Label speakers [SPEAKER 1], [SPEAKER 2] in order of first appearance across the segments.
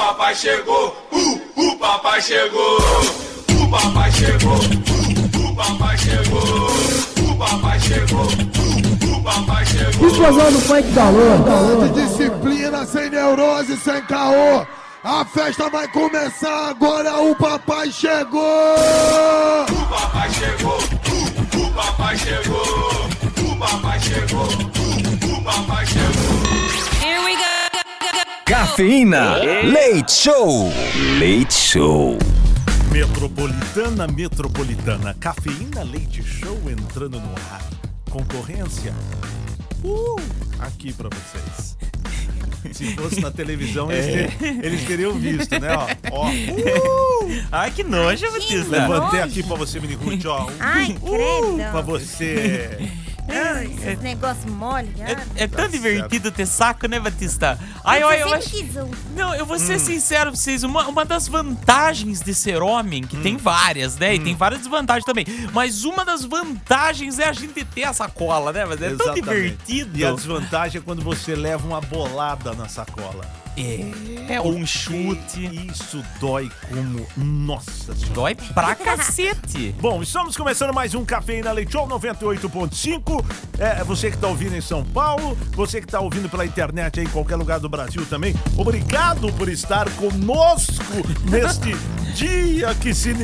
[SPEAKER 1] chegou, uh, o papai chegou. O papai chegou, uh, o papai chegou. O papai chegou, uh, o papai chegou.
[SPEAKER 2] Explosão do é funk da lua.
[SPEAKER 3] Disciplina, sem neurose, sem caô. A festa vai começar agora, o papai chegou!
[SPEAKER 1] O papai chegou, uh, o papai chegou. O papai chegou, uh, o papai chegou.
[SPEAKER 4] Here we go. go, go, go.
[SPEAKER 5] Cafeína. Leite Show. Leite Show.
[SPEAKER 6] Metropolitana, metropolitana. Cafeína Leite Show entrando no ar. Concorrência? Uh, aqui pra vocês. Se fosse na televisão, eles, ter- eles teriam visto, né? Ó, ó. Uh,
[SPEAKER 7] Ai, que nojo, Batista.
[SPEAKER 6] levantei
[SPEAKER 8] nojo.
[SPEAKER 6] aqui pra você, mini Ruth, ó. Um
[SPEAKER 8] Ai, credo.
[SPEAKER 6] Pra você.
[SPEAKER 8] Ai, Esses negócios mole,
[SPEAKER 7] É, é
[SPEAKER 6] Tá
[SPEAKER 7] tão
[SPEAKER 6] certo.
[SPEAKER 7] divertido ter saco, né, Batista? Ai, olha, eu acho.
[SPEAKER 8] Quis um.
[SPEAKER 7] Não, eu vou
[SPEAKER 6] Hum.
[SPEAKER 7] ser sincero pra vocês. Uma, uma das vantagens de ser homem, que
[SPEAKER 6] Hum.
[SPEAKER 7] tem várias, né? E tem várias desvantagens também. Mas uma das vantagens é a gente ter a sacola, né? Mas é tão
[SPEAKER 6] Exatamente.
[SPEAKER 7] divertido.
[SPEAKER 6] E a desvantagem é quando você leva uma bolada na sacola.
[SPEAKER 7] É, é um chute.
[SPEAKER 6] Isso dói como. Nossa senhora.
[SPEAKER 7] Dói pra cacete.
[SPEAKER 6] Bom, estamos começando mais um Cafeína Leite Show 98.5. É, você que está ouvindo em São Paulo, você que está ouvindo pela internet aí em qualquer lugar do Brasil também, obrigado por estar conosco neste dia que se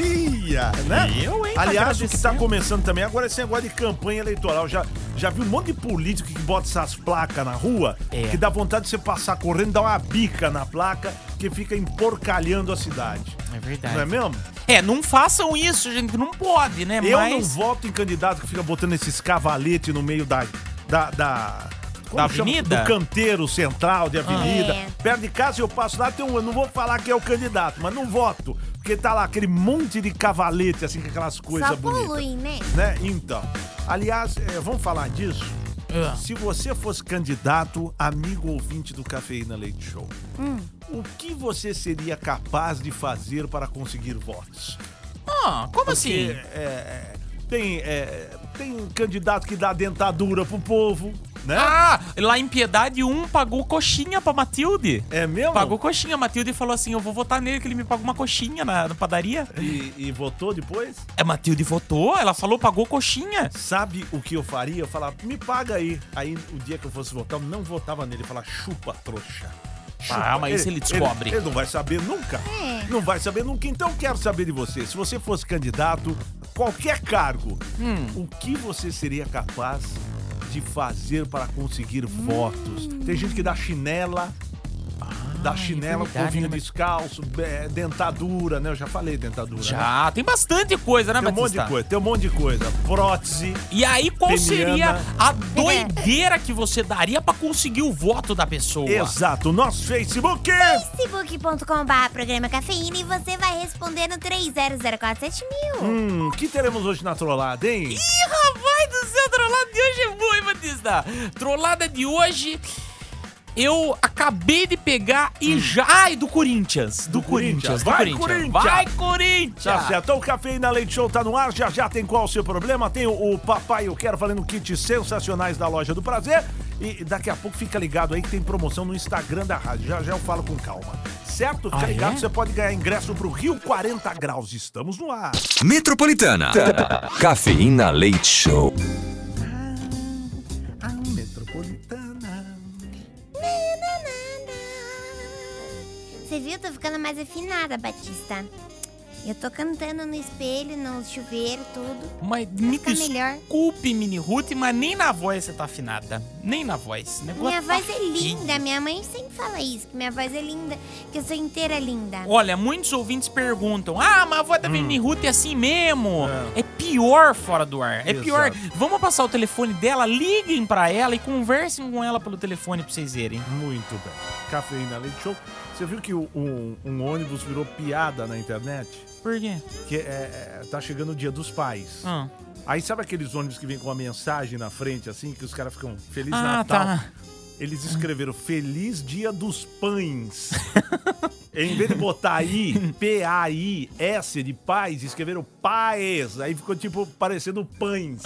[SPEAKER 6] inicia, né?
[SPEAKER 7] Eu, hein,
[SPEAKER 6] Aliás, o que está
[SPEAKER 7] agradecendo.
[SPEAKER 6] começando também agora é esse negócio de campanha eleitoral. Já, já vi um monte de político que bota essas placas na rua
[SPEAKER 7] É.
[SPEAKER 6] que dá vontade de você passar correndo, dar uma bica na placa que fica emporcalhando a cidade.
[SPEAKER 7] É
[SPEAKER 6] Não é
[SPEAKER 7] verdade.
[SPEAKER 6] mesmo?
[SPEAKER 7] É, não façam isso, gente. Não pode, né?
[SPEAKER 6] Eu
[SPEAKER 7] Mas...
[SPEAKER 6] não voto em candidato que fica botando esses cavalete no meio da. da. da, como
[SPEAKER 7] Da
[SPEAKER 6] chama?
[SPEAKER 7] avenida?
[SPEAKER 6] Do canteiro central de avenida.
[SPEAKER 8] É.
[SPEAKER 6] Perto de casa eu passo lá, tem um. Eu não vou falar que é o candidato, mas não voto. Porque tá lá aquele monte de cavalete, assim, com aquelas
[SPEAKER 8] Só
[SPEAKER 6] coisas bonitas.
[SPEAKER 8] polui, né?
[SPEAKER 6] Né? Então. Aliás, é, vamos falar disso?
[SPEAKER 7] Ah.
[SPEAKER 6] Se você fosse candidato, amigo ouvinte do Cafeína Leite Show,
[SPEAKER 8] Hum.
[SPEAKER 6] o que você seria capaz de fazer para conseguir votos?
[SPEAKER 7] Ah, como assim?
[SPEAKER 6] Porque, é, tem, é, tem candidato que dá dentadura pro povo, né?
[SPEAKER 7] Ah, lá em Piedade um pagou coxinha pra Matilde.
[SPEAKER 6] É mesmo?
[SPEAKER 7] Pagou coxinha. A Matilde falou assim: Eu vou votar nele, que ele me pagou uma coxinha na, na padaria.
[SPEAKER 6] E, e votou depois?
[SPEAKER 7] A Matilde votou, ela falou, pagou coxinha.
[SPEAKER 6] Sabe o que eu faria? Eu falava, me paga aí. Aí o dia que eu fosse votar, eu não votava nele. Eu falava, chupa, trouxa.
[SPEAKER 7] Ah, mas isso ele descobre.
[SPEAKER 6] Ele, não vai saber nunca.
[SPEAKER 8] É.
[SPEAKER 6] Não vai saber nunca. Então eu quero saber de você. Se você fosse candidato, qualquer cargo,
[SPEAKER 7] Hum.
[SPEAKER 6] o que você seria capaz de fazer para conseguir votos? Tem gente que dá chinela. dá
[SPEAKER 7] Ah,
[SPEAKER 6] chinela,
[SPEAKER 7] verdade,
[SPEAKER 6] covinho
[SPEAKER 7] né, mas-
[SPEAKER 6] descalço, é, dentadura, né? Eu já falei dentadura. né?
[SPEAKER 7] Já, tem bastante coisa, né,
[SPEAKER 6] Tem um monte de
[SPEAKER 7] Batista?
[SPEAKER 6] coisa, tem um monte de coisa. Prótese.
[SPEAKER 7] E aí, qual
[SPEAKER 6] Peniana.
[SPEAKER 7] seria a doideira que você daria pra conseguir o voto da pessoa?
[SPEAKER 6] Exato, nosso Facebook.
[SPEAKER 8] facebook.com.br Programa Cafeína e você vai responder no 30047000.
[SPEAKER 6] Hum, o que teremos hoje na trollada, hein?
[SPEAKER 7] Ih, rapaz do céu, a trollada de hoje é boa, hein, Batista? Trollada de hoje. Eu acabei de pegar e já. Ai, do Corinthians! Do,
[SPEAKER 6] Hum. Do Corinthians.
[SPEAKER 7] Corinthians, do
[SPEAKER 6] Vai,
[SPEAKER 7] Corinthians!
[SPEAKER 6] Corinthians!
[SPEAKER 7] Vai, Corinthians!
[SPEAKER 6] Tá certo, então o Cafeína Leite Show tá no ar, já já tem qual o seu problema, tem o, o Papai Eu Quero fazendo kits sensacionais da Loja do Prazer e daqui a pouco fica ligado aí que tem promoção no Instagram da rádio, já já eu falo com calma, certo? Fica
[SPEAKER 7] Ah, é?
[SPEAKER 6] ligado, você pode ganhar ingresso pro Rio 40 Graus, estamos no ar.
[SPEAKER 5] Metropolitana. Cafeína Leite Show.
[SPEAKER 6] A Metropolitana...
[SPEAKER 8] Você viu? Tô ficando mais afinada, Batista. Eu tô cantando no espelho, no chuveiro, tudo.
[SPEAKER 7] Mas me
[SPEAKER 8] ficar tá melhor.
[SPEAKER 7] desculpe, Mini Ruth, mas nem na voz você tá afinada. Nem na voz. O negócio
[SPEAKER 8] Minha
[SPEAKER 7] tá
[SPEAKER 8] voz é
[SPEAKER 7] feio.
[SPEAKER 8] linda, minha mãe sempre fala isso, que minha voz é linda, que eu sou inteira linda.
[SPEAKER 7] Olha, muitos ouvintes perguntam: Ah, mas a voz da Mini Ruth é assim mesmo. É. pior fora do ar. É
[SPEAKER 6] Exato.
[SPEAKER 7] pior. Vamos passar o telefone dela, liguem pra ela e conversem com ela pelo telefone pra vocês verem.
[SPEAKER 6] Muito bem. Cafeína Leite Show. Você viu que o- um, um ônibus virou piada na internet?
[SPEAKER 7] Por quê?
[SPEAKER 6] Que é, é, tá chegando o dia dos pais.
[SPEAKER 7] Ah.
[SPEAKER 6] Aí sabe aqueles ônibus que vêm com uma mensagem na frente, assim, que os caras ficam Feliz
[SPEAKER 7] Ah,
[SPEAKER 6] Natal?
[SPEAKER 7] tá.
[SPEAKER 6] Eles escreveram Feliz Dia dos Pães. Em vez de botar I, P-A-I-S de paz, escreveram paes. Aí ficou tipo parecendo pães.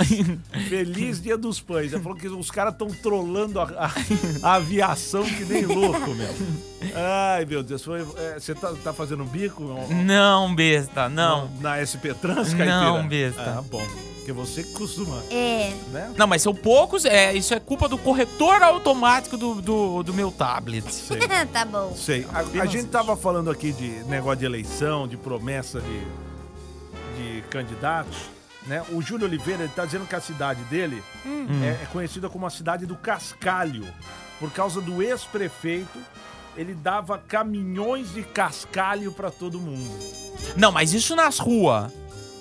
[SPEAKER 6] Feliz dia dos pães. Ela falou que os caras estão trolando a, a- a aviação que nem louco, meu. Ai, meu Deus. foi- é, Você tá, tá fazendo bico?
[SPEAKER 7] Não, besta, não.
[SPEAKER 6] Na SP Trans, Caipira?
[SPEAKER 7] Não, besta.
[SPEAKER 6] Ah, bom. Porque você costuma,
[SPEAKER 8] É,
[SPEAKER 6] né?
[SPEAKER 7] Não, mas são poucos. É, isso é culpa do corretor automático do, do, do meu tablet.
[SPEAKER 6] Sei.
[SPEAKER 8] tá bom.
[SPEAKER 6] Sei. A, a gente tava falando aqui de negócio de eleição, de promessa de, de candidatos, né? O Júlio Oliveira, ele tá dizendo que a cidade dele
[SPEAKER 7] Hum.
[SPEAKER 6] é, é conhecida como a cidade do cascalho. Por causa do ex-prefeito, ele dava caminhões de cascalho pra todo mundo.
[SPEAKER 7] Não, mas isso nas ruas.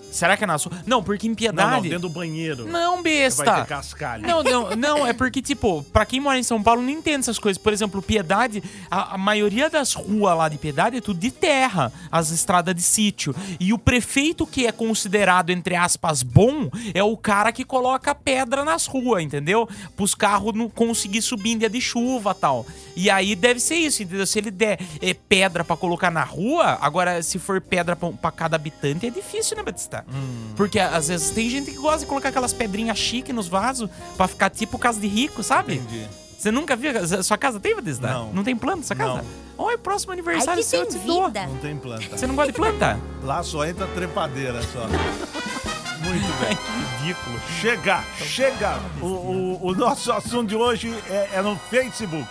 [SPEAKER 7] Será que é nas ruas? Não, porque em
[SPEAKER 6] Não, não,
[SPEAKER 7] piedade.
[SPEAKER 6] dentro do banheiro.
[SPEAKER 7] Não,
[SPEAKER 6] Vai ter
[SPEAKER 7] besta.
[SPEAKER 6] cascalho.
[SPEAKER 7] Não, não, não, é porque, tipo, pra quem mora em São Paulo não entende essas coisas. Por exemplo, Piedade, a, a maioria das ruas lá de Piedade é tudo de terra, as estradas de sítio. E o prefeito que é considerado, entre aspas, bom, é o cara que coloca pedra nas ruas, entendeu? Pros carros não conseguir subir em dia de chuva tal. E aí deve ser isso, entendeu? Se ele der eh, pedra pra colocar na rua, agora se for pedra pra, um, pra cada habitante é difícil, né, Batista?
[SPEAKER 6] Hum.
[SPEAKER 7] Porque às vezes tem gente que gosta de colocar aquelas pedrinhas chique nos vasos pra ficar tipo casa de rico, sabe?
[SPEAKER 6] Entendi.
[SPEAKER 7] Você nunca viu? a Sua casa tem, Batista?
[SPEAKER 6] Não.
[SPEAKER 7] Não tem planta na sua casa? Olha, o próximo
[SPEAKER 8] Aí
[SPEAKER 7] aniversário
[SPEAKER 8] que
[SPEAKER 7] seu eu
[SPEAKER 8] tem
[SPEAKER 7] te dou.
[SPEAKER 8] vida.
[SPEAKER 6] Não tem planta.
[SPEAKER 7] Você não gosta de planta?
[SPEAKER 6] Lá só entra trepadeira só. Muito bem.
[SPEAKER 7] É
[SPEAKER 6] Ridículo. Chega, chega. O, o- o nosso assunto de hoje é, é no Facebook.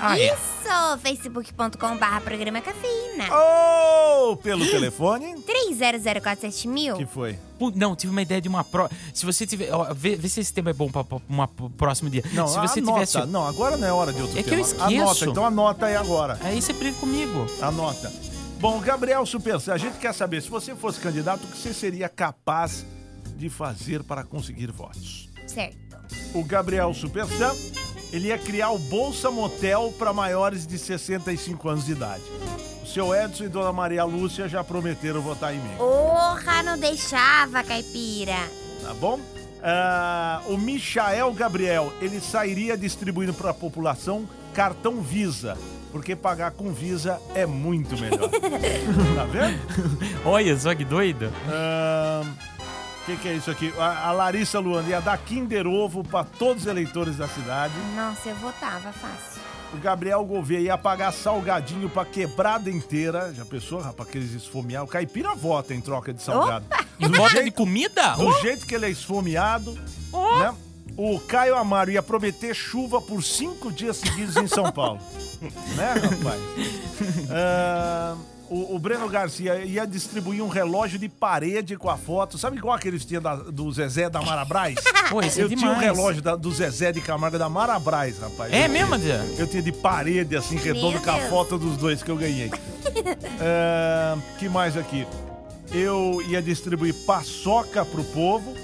[SPEAKER 7] Ah, é.
[SPEAKER 8] Isso, facebook.com.br programa cafeína.
[SPEAKER 6] Ou Oh, pelo telefone.
[SPEAKER 8] 30047000.
[SPEAKER 6] Que foi?
[SPEAKER 7] Pu- Não, tive uma ideia de uma pró. Se você tiver. ó, vê, vê se esse tema é bom pra, pra uma pro próximo dia.
[SPEAKER 6] Não,
[SPEAKER 7] se você
[SPEAKER 6] anota.
[SPEAKER 7] tivesse.
[SPEAKER 6] Não, agora não é hora de outro
[SPEAKER 7] É que
[SPEAKER 6] tema.
[SPEAKER 7] eu esqueço.
[SPEAKER 6] Anota, então anota aí agora.
[SPEAKER 7] Aí você briga comigo.
[SPEAKER 6] Anota. Bom, Gabriel Super, a gente quer saber, se você fosse candidato, o que você seria capaz de fazer para conseguir votos?
[SPEAKER 8] Certo.
[SPEAKER 6] o Gabriel Supersan, ele ia criar o Bolsa Motel para maiores de 65 anos de idade. O seu Edson e Dona Maria Lúcia já prometeram votar em mim,
[SPEAKER 8] Porra, não deixava, caipira.
[SPEAKER 6] tá bom? Ah, o Michael Gabriel, ele sairia distribuindo para a população cartão Visa, porque pagar com Visa é muito melhor. tá vendo?
[SPEAKER 7] Olha só que doido.
[SPEAKER 6] O que, que é isso aqui? A, a Larissa Luanda ia dar Kinder Ovo para todos os eleitores da cidade.
[SPEAKER 8] Nossa, eu votava fácil.
[SPEAKER 6] O Gabriel Gouveia ia pagar salgadinho pra quebrada inteira. Já pensou, rapaz, que eles esfomearam? O caipira vota em troca de salgado. Do,
[SPEAKER 7] Bota de
[SPEAKER 6] jeito,
[SPEAKER 7] comida?
[SPEAKER 6] do jeito que ele é esfomeado,
[SPEAKER 7] Oh.
[SPEAKER 6] né? O Caio Amaro ia prometer chuva por cinco dias seguidos em São Paulo. né, rapaz? Ah, o, o Breno Garcia ia distribuir um relógio de parede com a foto. Sabe igual aqueles tinha da- do Zezé da Marabraz?
[SPEAKER 7] Pô, isso é
[SPEAKER 6] Eu tinha um
[SPEAKER 7] demais.
[SPEAKER 6] relógio da- do Zezé de Camargo da Marabraz, rapaz.
[SPEAKER 7] É
[SPEAKER 6] Eu-
[SPEAKER 7] mesmo, Adriano?
[SPEAKER 6] eu tinha de parede, assim, redondo,
[SPEAKER 8] Meu
[SPEAKER 6] com a
[SPEAKER 8] Deus.
[SPEAKER 6] foto dos dois que eu ganhei. É, que mais aqui? Eu ia distribuir paçoca pro povo,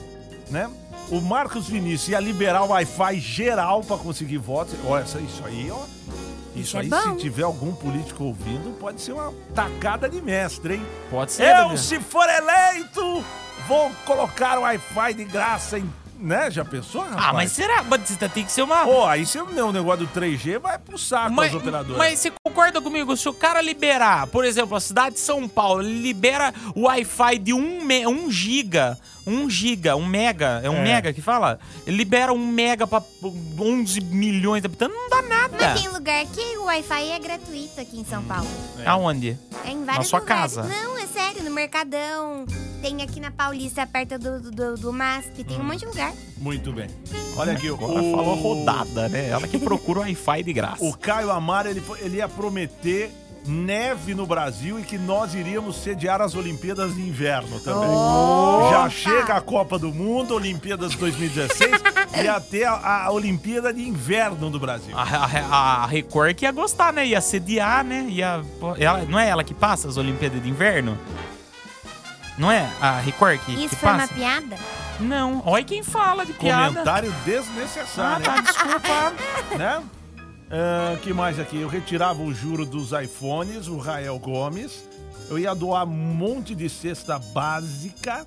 [SPEAKER 6] né? O Marcos Vinícius ia liberar o Wi-Fi geral pra conseguir votos. Olha, essa- isso aí, ó. Isso
[SPEAKER 8] é
[SPEAKER 6] aí, se
[SPEAKER 8] bom.
[SPEAKER 6] tiver algum político ouvindo, pode ser uma tacada de mestre, hein?
[SPEAKER 7] Pode
[SPEAKER 8] é
[SPEAKER 7] ser.
[SPEAKER 6] Eu,
[SPEAKER 7] Adriano.
[SPEAKER 6] se for eleito, vou colocar o Wi-Fi de graça em. Né? Já pensou, rapaz?
[SPEAKER 7] Ah, mas será? Batista, tem que ser uma.
[SPEAKER 6] Pô, aí se não o negócio do 3G, vai pro saco
[SPEAKER 7] Mas,
[SPEAKER 6] as operadoras.
[SPEAKER 7] mas você concorda comigo? Se o cara liberar, por exemplo, a cidade de São Paulo, ele libera o Wi-Fi de 1 um me- um giga, 1 um giga, 1 um mega, é 1 um
[SPEAKER 6] É.
[SPEAKER 7] mega que fala? Ele libera 1 um mega pra 11 milhões de habitantes, não dá nada.
[SPEAKER 8] Mas tem lugar que o Wi-Fi é gratuito aqui em São Paulo.
[SPEAKER 7] Aonde?
[SPEAKER 8] É em vários
[SPEAKER 7] sua
[SPEAKER 8] lugares.
[SPEAKER 7] casa?
[SPEAKER 8] Não, é sério, no Mercadão. Tem aqui na Paulista, perto do, do- do, do MASP, tem um
[SPEAKER 7] Hum.
[SPEAKER 8] monte de lugar.
[SPEAKER 6] Muito bem. Olha aqui, o...
[SPEAKER 7] né? Ela que procura o Wi-Fi de graça.
[SPEAKER 6] O Caio Amaro, ele, fo- ele ia prometer neve no Brasil e que nós iríamos sediar as Olimpíadas de Inverno também. Já chega a Copa do Mundo, Olimpíadas 2016, e até a, a Olimpíada de Inverno do Brasil.
[SPEAKER 7] A, a, a Record que ia gostar, né? Ia sediar, né? Ia, pô, ela, não é ela que passa as Olimpíadas de Inverno? Não é a Record que,
[SPEAKER 8] Isso
[SPEAKER 7] que
[SPEAKER 8] foi
[SPEAKER 7] passa?
[SPEAKER 8] uma piada?
[SPEAKER 7] Não, olha quem fala de piada.
[SPEAKER 6] Comentário
[SPEAKER 7] Ah,
[SPEAKER 6] desnecessário.
[SPEAKER 7] tá, desculpa.
[SPEAKER 6] né? O que mais aqui? Eu retirava o juro dos iPhones, o Rael Gomes. Eu ia doar um monte de cesta básica.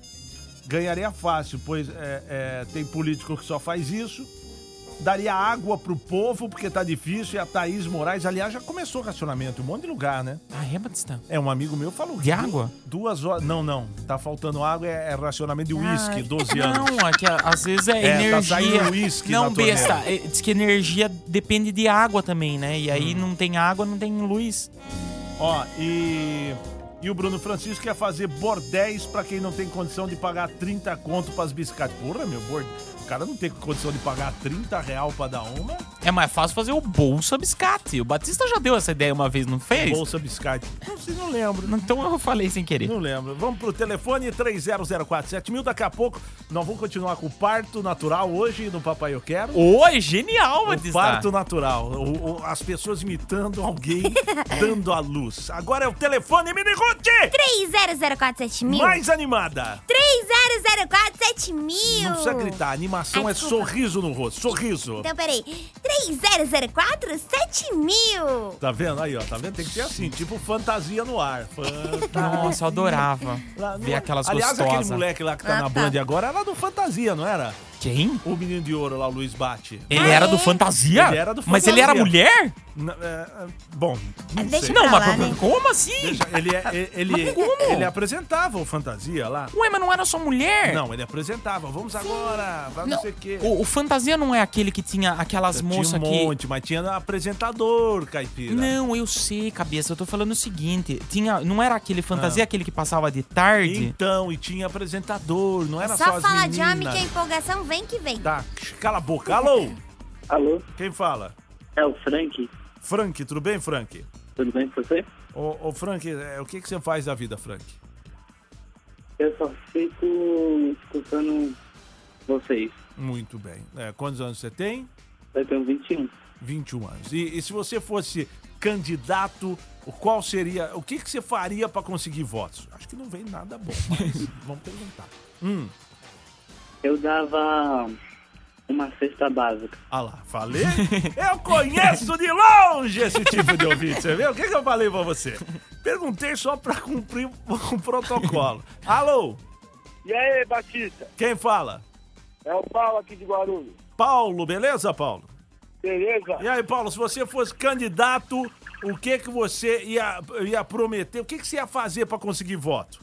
[SPEAKER 6] Ganharia fácil, pois é, é, tem político que só faz isso. daria água pro povo, porque tá difícil. E a Thaís Moraes, aliás, já começou o racionamento em um monte de lugar, né?
[SPEAKER 7] Ah, é, Batista?
[SPEAKER 6] É, um amigo meu falou.
[SPEAKER 7] De água?
[SPEAKER 6] Duas horas. Não, não. Tá faltando água, é, é racionamento de uísque,
[SPEAKER 7] Ai,
[SPEAKER 6] 12 anos.
[SPEAKER 7] Não, é que a- às vezes é,
[SPEAKER 6] É, tá
[SPEAKER 7] energia.
[SPEAKER 6] saindo uísque
[SPEAKER 7] não,
[SPEAKER 6] na
[SPEAKER 7] besta.
[SPEAKER 6] torneira.
[SPEAKER 7] é, Diz que energia depende de água também, né? E
[SPEAKER 6] Hum.
[SPEAKER 7] aí não tem água, não tem luz.
[SPEAKER 6] Ó, e. E o Bruno Francisco quer fazer bordéis pra quem não tem condição de pagar 30 conto pras biscates. Porra, meu, borde... o cara não tem condição de pagar 30 real pra dar uma.
[SPEAKER 7] É mais fácil fazer o bolsa biscate. O Batista já deu essa ideia uma vez, não fez?
[SPEAKER 6] Bolsa biscate. Não sei, não lembro.
[SPEAKER 7] Então eu falei sem querer.
[SPEAKER 6] Não lembro. Vamos pro telefone 30047000. Daqui a pouco nós vamos continuar com o parto natural hoje no Papai Eu Quero.
[SPEAKER 7] Oi, é genial,
[SPEAKER 6] O
[SPEAKER 7] Batista.
[SPEAKER 6] parto natural. O- o- as pessoas imitando alguém dando a luz. Agora é o telefone Mini Ruth!
[SPEAKER 8] 30047000.
[SPEAKER 6] Mais animada.
[SPEAKER 8] 30047000.
[SPEAKER 6] Não precisa gritar. A animação
[SPEAKER 8] Ai,
[SPEAKER 6] é
[SPEAKER 8] desculpa.
[SPEAKER 6] sorriso no rosto. Sorriso.
[SPEAKER 8] Então, peraí. 30047000.
[SPEAKER 6] Tá vendo? Aí, ó. Tá vendo? Tem que ser assim. Tipo fantasia no ar. Fantasia.
[SPEAKER 7] Nossa, eu adorava
[SPEAKER 6] Lá no-
[SPEAKER 7] ver aquelas
[SPEAKER 6] Aliás,
[SPEAKER 7] gostosas.
[SPEAKER 6] aquele moleque lá que tá
[SPEAKER 8] Ah,
[SPEAKER 6] na
[SPEAKER 8] tá.
[SPEAKER 6] Band agora era do Fantasia, não era?
[SPEAKER 7] Quem?
[SPEAKER 6] O menino de ouro lá, o Luiz Bate.
[SPEAKER 7] Ele
[SPEAKER 8] Ah,
[SPEAKER 7] era
[SPEAKER 8] é?
[SPEAKER 7] do Fantasia?
[SPEAKER 6] Ele era do
[SPEAKER 7] Mas ele era
[SPEAKER 6] Fantasia.
[SPEAKER 7] mulher?
[SPEAKER 6] N- é, é, bom, não
[SPEAKER 8] Deixa
[SPEAKER 6] sei.
[SPEAKER 8] pra
[SPEAKER 7] Não,
[SPEAKER 8] lá,
[SPEAKER 7] mas
[SPEAKER 8] né?
[SPEAKER 7] como assim?
[SPEAKER 6] Deixa- Ele, é- ele, ele, ele apresentava o Fantasia lá.
[SPEAKER 7] Ué, mas não era só
[SPEAKER 8] É.
[SPEAKER 7] mulher?
[SPEAKER 6] Não, ele apresentava. Vamos agora, vai não, sei o quê.
[SPEAKER 7] O, o Fantasia não é aquele que tinha aquelas moças
[SPEAKER 6] tinha um
[SPEAKER 7] que...
[SPEAKER 6] monte, mas tinha apresentador, Caipira.
[SPEAKER 7] Não, eu sei, cabeça. Eu tô falando o seguinte. Tinha, não era aquele
[SPEAKER 6] Ah.
[SPEAKER 7] fantasia, aquele que passava de tarde?
[SPEAKER 6] Então, e tinha apresentador, não era só,
[SPEAKER 8] Só
[SPEAKER 6] as
[SPEAKER 8] fala
[SPEAKER 6] meninas.
[SPEAKER 8] de homem que a empolgação vem que vem.
[SPEAKER 6] Tá, cala a boca. Alô,
[SPEAKER 9] Alô,
[SPEAKER 6] quem fala?
[SPEAKER 9] é o Frank.
[SPEAKER 6] Frank, tudo bem, Frank?
[SPEAKER 9] Tudo bem com você?
[SPEAKER 6] Ô, ô, Frank, é, o que, que você faz da vida, Frank?
[SPEAKER 9] Eu só fico escutando vocês.
[SPEAKER 6] Muito bem. É, quantos anos você tem?
[SPEAKER 9] Eu tenho 21.
[SPEAKER 6] 21 anos. E, e se você fosse candidato, o qual seria, o que, que você faria pra conseguir votos? Acho que não vem nada bom, mas vamos perguntar. Hum.
[SPEAKER 9] Eu dava uma cesta básica.
[SPEAKER 6] Ah lá, falei? Eu conheço de longe esse tipo de ouvinte, você viu? O que, que eu falei pra você? Perguntei só pra cumprir um protocolo. Alô,
[SPEAKER 10] E aí, Batista?
[SPEAKER 6] quem fala?
[SPEAKER 10] É o Paulo aqui de Guarulhos.
[SPEAKER 6] Paulo, beleza, Paulo?
[SPEAKER 10] Beleza?
[SPEAKER 6] E aí, Paulo, se você fosse candidato, o que que você ia, ia prometer? O que que você ia fazer pra conseguir voto?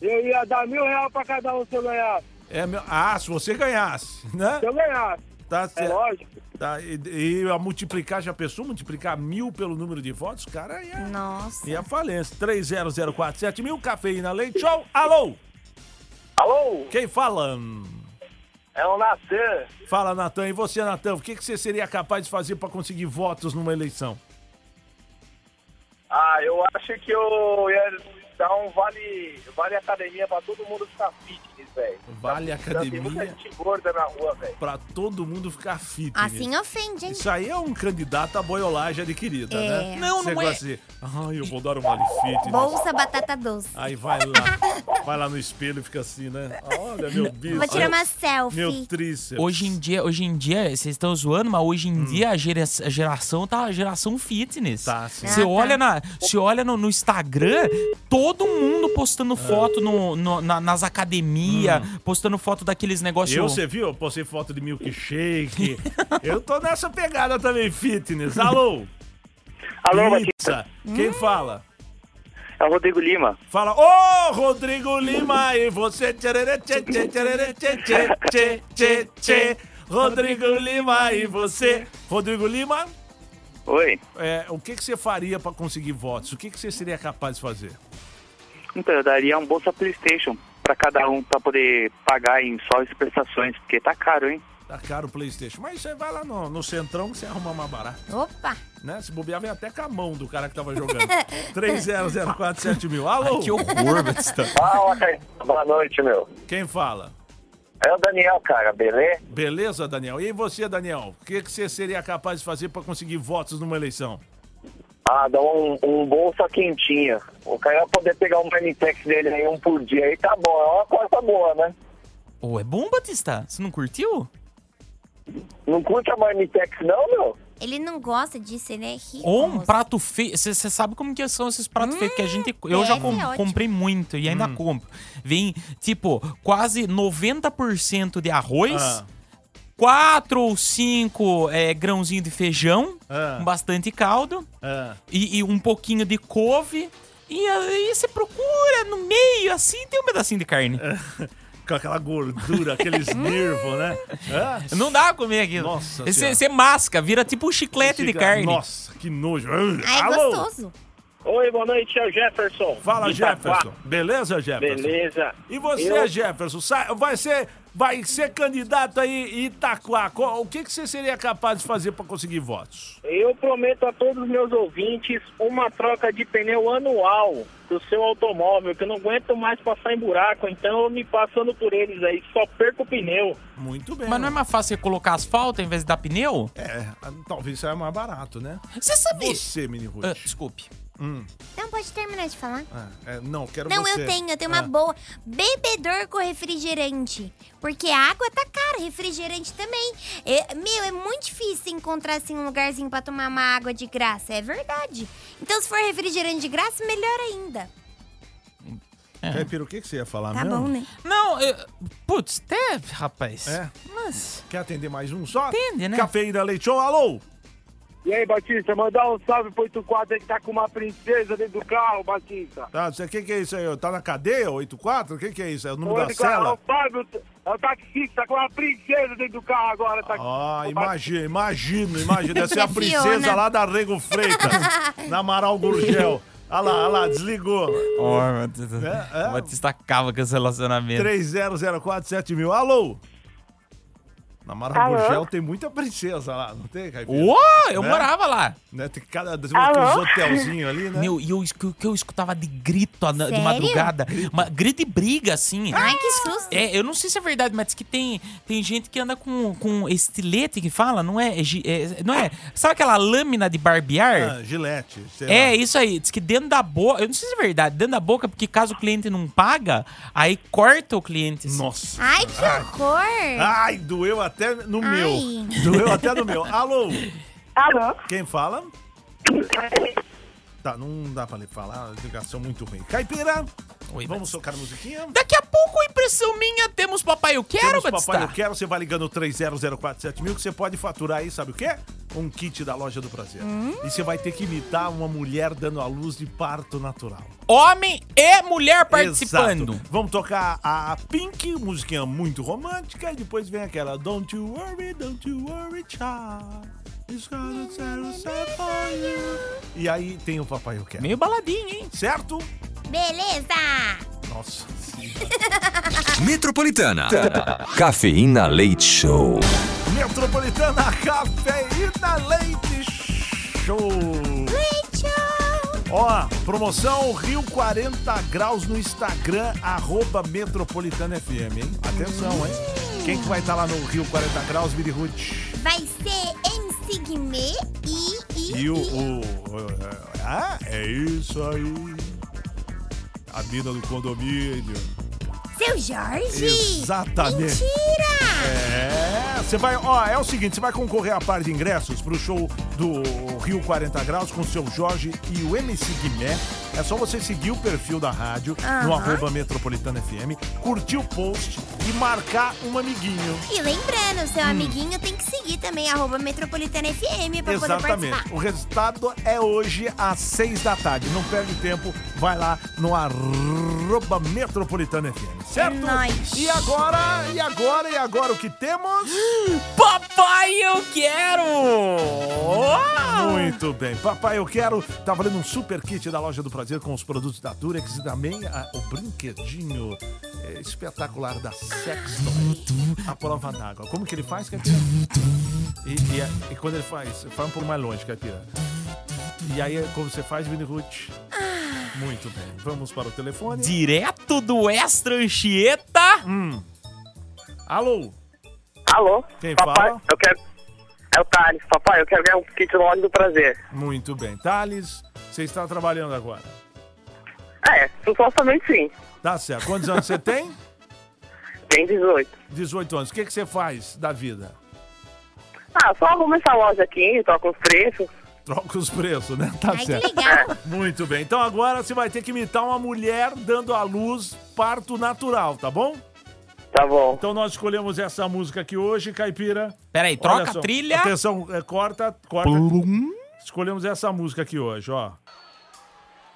[SPEAKER 10] Eu ia dar mil reais pra cada um se eu ganhasse.
[SPEAKER 6] É meu... Ah, se você ganhasse, né?
[SPEAKER 10] Se eu ganhasse.
[SPEAKER 6] Tá
[SPEAKER 10] É
[SPEAKER 6] certo.
[SPEAKER 10] lógico.
[SPEAKER 6] Tá, e, e a multiplicar, já pensou? Multiplicar mil pelo número de votos? Cara, e a,
[SPEAKER 8] Nossa.
[SPEAKER 6] e a falência. 30047 mil, cafeína, leite, show. Alô,
[SPEAKER 10] Alô?
[SPEAKER 6] quem fala?
[SPEAKER 10] É o Nascer.
[SPEAKER 6] Fala, Natan. E você, Natan, o que, que você seria capaz de fazer pra conseguir votos numa eleição?
[SPEAKER 10] Ah, eu acho que eu ia dar um vale, vale academia pra todo mundo ficar fitness, velho.
[SPEAKER 6] Vale
[SPEAKER 10] Tem muita
[SPEAKER 6] academia
[SPEAKER 10] gente gorda na rua, velho.
[SPEAKER 6] pra todo mundo ficar fitness.
[SPEAKER 8] Assim ofende, hein?
[SPEAKER 6] Isso aí é um candidato à boiolagem adquirida,
[SPEAKER 8] É.
[SPEAKER 6] né?
[SPEAKER 7] Não,
[SPEAKER 6] Você
[SPEAKER 7] não é.
[SPEAKER 6] gosta de, Ai, eu vou dar um vale fitness.
[SPEAKER 8] Bolsa batata doce.
[SPEAKER 6] Aí vai lá, vai lá no espelho e fica assim, né? Olha, meu bicho.
[SPEAKER 8] Vou um tirar uma selfie.
[SPEAKER 6] Meu tríceps.
[SPEAKER 7] Hoje em dia, hoje em dia, vocês estão zoando, mas hoje em
[SPEAKER 6] Hum.
[SPEAKER 7] dia a gera- a geração tá a geração fitness.
[SPEAKER 6] Tá, sim.
[SPEAKER 7] Você
[SPEAKER 8] Ah, tá.
[SPEAKER 7] olha, na, você olha no, no Instagram, todo mundo postando
[SPEAKER 6] Ah.
[SPEAKER 7] foto no, no- na- nas academias, postando foto daqueles negócios.
[SPEAKER 6] Hum. Eu, você viu? Eu postei foto de milkshake. eu tô nessa pegada também, fitness. Alô?
[SPEAKER 9] Alô, Batista. Hum.
[SPEAKER 6] Pizza. Quem fala?
[SPEAKER 9] É o Rodrigo Lima.
[SPEAKER 6] Fala, ô Rodrigo Lima e você. tchererê, tchê, tchê, tchererê, tchê, tchê, tchê, tchê, tchê. Rodrigo Lima e você. Rodrigo Lima,
[SPEAKER 9] Oi.
[SPEAKER 6] é, o que, que você faria pra conseguir votos? O que, que você seria capaz de fazer?
[SPEAKER 9] Então, eu daria um bolsa Playstation pra cada um, pra poder pagar em só as prestações, porque tá caro, hein?
[SPEAKER 6] Tá caro o Playstation. Mas você vai lá no, no centrão que você arruma mais barato.
[SPEAKER 8] Opa.
[SPEAKER 6] Né? Se bobear, vem até com a mão do cara que tava jogando. 30047000. Alô?
[SPEAKER 7] Que horror, Batista.
[SPEAKER 10] Fala, cara. Boa noite, meu.
[SPEAKER 6] Quem fala?
[SPEAKER 10] É o Daniel, cara, beleza?
[SPEAKER 6] Beleza, Daniel? E você, Daniel? O que, que você seria capaz de fazer pra conseguir votos numa eleição?
[SPEAKER 10] Ah, dá um, um bolsa quentinha. O cara ia poder pegar um marmitex dele aí, um por dia aí, tá bom. É uma coisa boa, né?
[SPEAKER 7] Ô, é bom, Batista? Você não curtiu?
[SPEAKER 10] Não curte a marmitex não, meu?
[SPEAKER 8] Ele não gosta disso, ele é rico.
[SPEAKER 7] Ou um
[SPEAKER 8] moço.
[SPEAKER 7] prato feio. Você sabe como que são esses pratos feios que a gente. Eu já
[SPEAKER 8] deve,
[SPEAKER 7] com-
[SPEAKER 8] é ótimo.
[SPEAKER 7] comprei muito e ainda
[SPEAKER 6] Hum.
[SPEAKER 7] compro. Vem, tipo, quase 90% de arroz.
[SPEAKER 6] Ah.
[SPEAKER 7] quatro ou cinco é, grãozinhos de feijão,
[SPEAKER 6] Ah.
[SPEAKER 7] com bastante caldo,
[SPEAKER 6] Ah.
[SPEAKER 7] e, e um pouquinho de couve. E aí você procura no meio, assim, tem um pedacinho de carne.
[SPEAKER 6] É. Com aquela gordura, aqueles nervos, né? Ah,
[SPEAKER 7] Não dá pra comer aquilo.
[SPEAKER 6] Nossa
[SPEAKER 7] Você
[SPEAKER 6] Senhora.
[SPEAKER 7] você masca, vira tipo um chiclete de
[SPEAKER 6] chega-
[SPEAKER 7] carne.
[SPEAKER 6] Nossa, que nojo.
[SPEAKER 8] Ai,
[SPEAKER 6] Alô?
[SPEAKER 8] Ah, é gostoso.
[SPEAKER 10] Oi, boa noite, é o Jefferson.
[SPEAKER 6] Fala,
[SPEAKER 10] Itaquá.
[SPEAKER 6] Jefferson. Beleza, Jefferson?
[SPEAKER 10] Beleza.
[SPEAKER 6] E você,
[SPEAKER 10] Eu-
[SPEAKER 6] Jefferson, sa- vai ser, vai ser candidato aí em Itaquá. Co- O que, que você seria capaz de fazer para conseguir votos?
[SPEAKER 10] Eu prometo a todos os meus ouvintes uma troca de pneu anual do seu automóvel, que eu não aguento mais passar em buraco, então eu me passando por eles aí, só perco o pneu.
[SPEAKER 6] Muito bem.
[SPEAKER 7] Mas não é mais fácil você colocar asfalto ao invés de dar pneu?
[SPEAKER 6] É, talvez saia mais barato, né?
[SPEAKER 7] Você sabia.
[SPEAKER 6] Você, Mini Ruth.
[SPEAKER 7] Ah, desculpe.
[SPEAKER 8] Não, Então, pode terminar de falar.
[SPEAKER 6] Ah, é, não, quero
[SPEAKER 8] Não,
[SPEAKER 6] você. Ah,
[SPEAKER 8] eu tenho, eu tenho uma boa. Bebedor com refrigerante. Porque a água tá cara, refrigerante também. É, meu, é muito difícil encontrar assim, um lugarzinho pra tomar uma água de graça. É verdade. Então, se for refrigerante de graça, melhor ainda.
[SPEAKER 6] Caipira, o que, que você ia falar
[SPEAKER 8] Tá
[SPEAKER 6] mesmo?
[SPEAKER 8] bom, né?
[SPEAKER 7] Não, eu, putz, até, rapaz.
[SPEAKER 6] É.
[SPEAKER 7] Mas.
[SPEAKER 6] Quer atender mais um só?
[SPEAKER 7] Atende, né?
[SPEAKER 6] Cafeína Leite Show, alô?
[SPEAKER 10] E aí, Batista, mandar um salve pro 84 aí que tá com uma princesa dentro do carro, Batista.
[SPEAKER 6] Tá, você, que que é isso aí? Tá na cadeia, 84? O que que é isso? É o número da
[SPEAKER 10] Oi, cara, tá- o
[SPEAKER 6] cela?
[SPEAKER 10] Fábio, é o taxista, tá com uma princesa dentro do carro agora. Tá...
[SPEAKER 6] Ah,
[SPEAKER 10] Ô, Batista,
[SPEAKER 6] imagina, imagino, imagino. Deve ser a
[SPEAKER 7] é
[SPEAKER 8] Fiona.
[SPEAKER 6] princesa
[SPEAKER 7] né?
[SPEAKER 6] lá da Rego Freitas, na Amaral Gurgel. Olha lá, olha lá, desligou.
[SPEAKER 7] Oh, meu Deus. do céu.
[SPEAKER 6] É, é.
[SPEAKER 7] Vou destacar com esse relacionamento.
[SPEAKER 6] 30047000, alô? Na Amaral
[SPEAKER 10] Alô?
[SPEAKER 6] Gurgel tem muita princesa lá, não tem, Caipira?
[SPEAKER 7] Ô, eu
[SPEAKER 6] Né?
[SPEAKER 7] morava lá.
[SPEAKER 6] Né, Tem cada tem uns
[SPEAKER 10] Alô?
[SPEAKER 6] hotelzinhos ali, né?
[SPEAKER 7] Meu, e eu, o que eu escutava de grito a- na- de
[SPEAKER 8] Sério?
[SPEAKER 7] madrugada. Uma, grito e briga, assim.
[SPEAKER 8] Ai, que susto.
[SPEAKER 7] É, eu não sei se é verdade, mas diz que tem, tem gente que anda com, com estilete que fala, não é, é gi- é- Não é? Sabe aquela lâmina de barbear?
[SPEAKER 6] Ah, Gillette, sei
[SPEAKER 7] É,
[SPEAKER 6] lá.
[SPEAKER 7] isso aí. Diz que dentro da boca. Eu não sei se é verdade. Dentro da boca, porque caso o cliente não paga, aí corta o cliente. assim.
[SPEAKER 6] Nossa.
[SPEAKER 8] Ai, que
[SPEAKER 6] Ah.
[SPEAKER 8] horror!
[SPEAKER 6] Ai, doeu até no
[SPEAKER 8] É. Ai.
[SPEAKER 6] meu. Doeu até no meu. Alô?
[SPEAKER 10] Alô?
[SPEAKER 6] Quem fala? Tá, não dá pra lhe falar, a ligação é muito ruim. Caipira,
[SPEAKER 7] Oi,
[SPEAKER 6] vamos
[SPEAKER 7] Batista.
[SPEAKER 6] socar a musiquinha?
[SPEAKER 7] Daqui a pouco, impressão minha, temos papai eu quero,
[SPEAKER 6] Temos
[SPEAKER 7] Batista.
[SPEAKER 6] Papai Eu Quero, você vai ligando 30047000 que você pode faturar aí, sabe o quê? Um kit da Loja do Prazer. E você vai ter que imitar uma mulher dando à luz de parto natural.
[SPEAKER 7] Homem e mulher participando.
[SPEAKER 6] Exato. Vamos tocar a Pink, musiquinha muito romântica, e depois vem aquela Don't You Worry, Don't You Worry, Child. It's gonna set set for you. E aí tem o Papai Eu Quero.
[SPEAKER 7] Meio baladinho, hein?
[SPEAKER 6] Certo?
[SPEAKER 8] Beleza!
[SPEAKER 6] Nossa.
[SPEAKER 5] Metropolitana. Cafeína Leite Show.
[SPEAKER 6] Metropolitana Cafeína Leite Show. Ó, promoção Rio 40 Graus no Instagram, arroba Metropolitana FM, hein? Atenção, hein? Quem que vai estar lá no Rio 40 Graus, Miri Ruth?
[SPEAKER 8] Vai ser MC Guimê e. e,
[SPEAKER 6] E o,
[SPEAKER 8] e-
[SPEAKER 6] o- o- Ah, é isso aí. A mina do condomínio.
[SPEAKER 8] Seu Jorge!
[SPEAKER 6] Exatamente.
[SPEAKER 8] Mentira!
[SPEAKER 6] É, você vai, ó, é o seguinte, você vai concorrer a par de ingressos pro show do Rio 40 Graus com o seu Jorge e o MC Guimé. É só você seguir o perfil da rádio no
[SPEAKER 8] Aham.
[SPEAKER 6] arroba Metropolitana FM, curtir o post e marcar um amiguinho.
[SPEAKER 8] E lembrando,
[SPEAKER 6] Hum.
[SPEAKER 8] seu amiguinho tem que seguir também, arroba Metropolitana FM, pra poder
[SPEAKER 6] Exatamente.
[SPEAKER 8] participar.
[SPEAKER 6] O resultado é hoje às seis da tarde. Não perde tempo, vai lá no arroba Metropolitana FM, certo?
[SPEAKER 8] nóis.
[SPEAKER 6] E agora, e agora, e agora o que temos?
[SPEAKER 7] Papai, eu quero! Ah.
[SPEAKER 6] Muito bem. Papai, eu quero. Tá valendo um super kit da loja do prazer com os produtos da Durex e também a- o brinquedinho é, espetacular da Sextoy. A prova d'água. Como que ele faz, Caipira? E, e a- e quando ele faz? Faz um pouco mais longe, Caipira. E aí, é como você faz, Vini Ruth? Muito bem. Vamos para o telefone.
[SPEAKER 7] Direto do Extra Anchieta.
[SPEAKER 6] Alô?
[SPEAKER 10] Alô?
[SPEAKER 6] Quem
[SPEAKER 10] papai,
[SPEAKER 6] fala?
[SPEAKER 10] eu quero... É o Thales. Papai, eu quero ganhar um kit do óleo do prazer.
[SPEAKER 6] Muito bem. Thales, você está trabalhando agora.
[SPEAKER 10] É, supostamente sim.
[SPEAKER 6] Tá certo. Quantos anos você tem?
[SPEAKER 10] Tem 18.
[SPEAKER 6] 18 anos. O que, que você faz da vida?
[SPEAKER 10] Ah, só arruma essa loja aqui, toca os preços.
[SPEAKER 6] Troca os preços, né? Tá
[SPEAKER 8] Ai, que
[SPEAKER 6] certo.
[SPEAKER 8] legal!
[SPEAKER 6] Muito bem. Então agora você vai ter que imitar uma mulher dando à luz parto natural, tá bom?
[SPEAKER 9] Tá bom.
[SPEAKER 6] Então nós escolhemos essa música aqui hoje, Caipira.
[SPEAKER 7] Peraí,
[SPEAKER 6] Olha
[SPEAKER 7] troca a
[SPEAKER 6] só.
[SPEAKER 7] trilha.
[SPEAKER 6] Atenção, é, corta, corta. Escolhemos essa música aqui hoje, ó.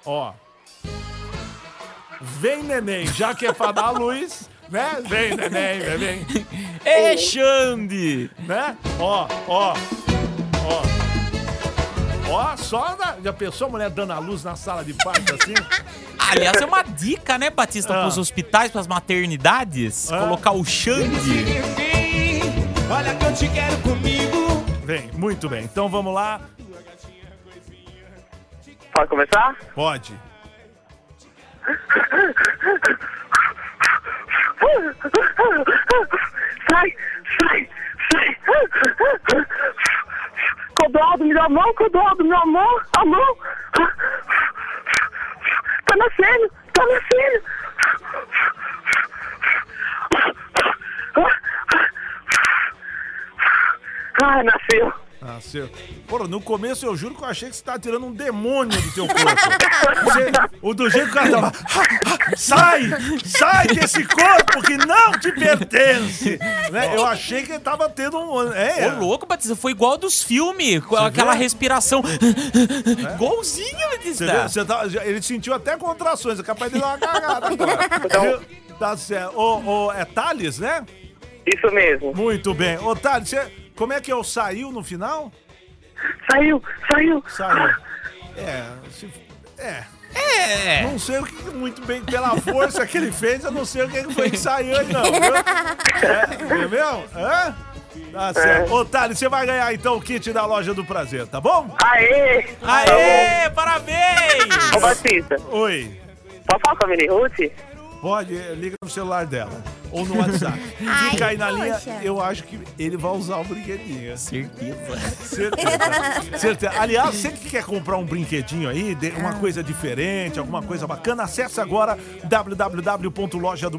[SPEAKER 6] Ó. Vem, neném, já que é pra dar a luz, né? Vem, neném, vem, vem.
[SPEAKER 7] É, Xande!
[SPEAKER 6] Né? Ó, ó, ó. Ó, só na, já pensou a mulher dando a luz na sala de parto assim?
[SPEAKER 7] Aliás, é uma dica, né, Batista,
[SPEAKER 6] Ah.
[SPEAKER 7] pros hospitais, pras maternidades?
[SPEAKER 6] Ah.
[SPEAKER 7] Colocar o Xande.
[SPEAKER 6] Vem, muito bem. Então vamos lá.
[SPEAKER 9] Pode começar?
[SPEAKER 6] Pode.
[SPEAKER 9] Sai, sai, sai. Codoaldo, me dá a mão, Codoaldo, meu amor, a mão. Tá nascendo, tá nascendo. Ai, Ah, nasceu.
[SPEAKER 6] Nasceu. Ah, Porra, no começo eu juro que eu achei que você tava tirando um demônio do teu corpo. Você- o do jeito que o cara tava. Sai! Sai desse corpo que não te pertence! Né? Eu achei que ele tava tendo um. É,
[SPEAKER 7] Ô, louco, Batista, foi igual dos filmes, com aquela respiração. Igualzinho,
[SPEAKER 6] É. Você
[SPEAKER 7] Batista.
[SPEAKER 6] viu? Você tá- já- ele sentiu até contrações, é capaz de dar uma cagada agora. Viu? Tá certo. Ô, ô, é Thales, né?
[SPEAKER 9] Isso mesmo.
[SPEAKER 6] Muito bem. Ô, Thales, você- como é que é o saiu no final?
[SPEAKER 9] Saiu, saiu.
[SPEAKER 6] Saiu. É, se- é.
[SPEAKER 7] É.
[SPEAKER 6] Não sei o que muito bem, pela força que ele fez, eu não sei o que que foi que saiu aí, não. viu? É, entendeu? Hã? Tá certo. Ô, Thales, você vai ganhar então o kit da loja do prazer, tá bom?
[SPEAKER 9] Aê!
[SPEAKER 7] Tá Aê, parabéns!
[SPEAKER 9] Ô, Batista,
[SPEAKER 6] Oi.
[SPEAKER 9] pode falar com a Mini Ruth?
[SPEAKER 6] Pode, eh, liga no celular dela. Ou no WhatsApp.
[SPEAKER 8] Ai,
[SPEAKER 6] Fica aí na linha,
[SPEAKER 8] poxa.
[SPEAKER 6] eu acho que ele vai usar o brinquedinho.
[SPEAKER 7] Certeza.
[SPEAKER 6] Certeza. Certeza. Aliás, você que quer comprar um brinquedinho aí, de- uma coisa diferente, alguma coisa bacana, acesse agora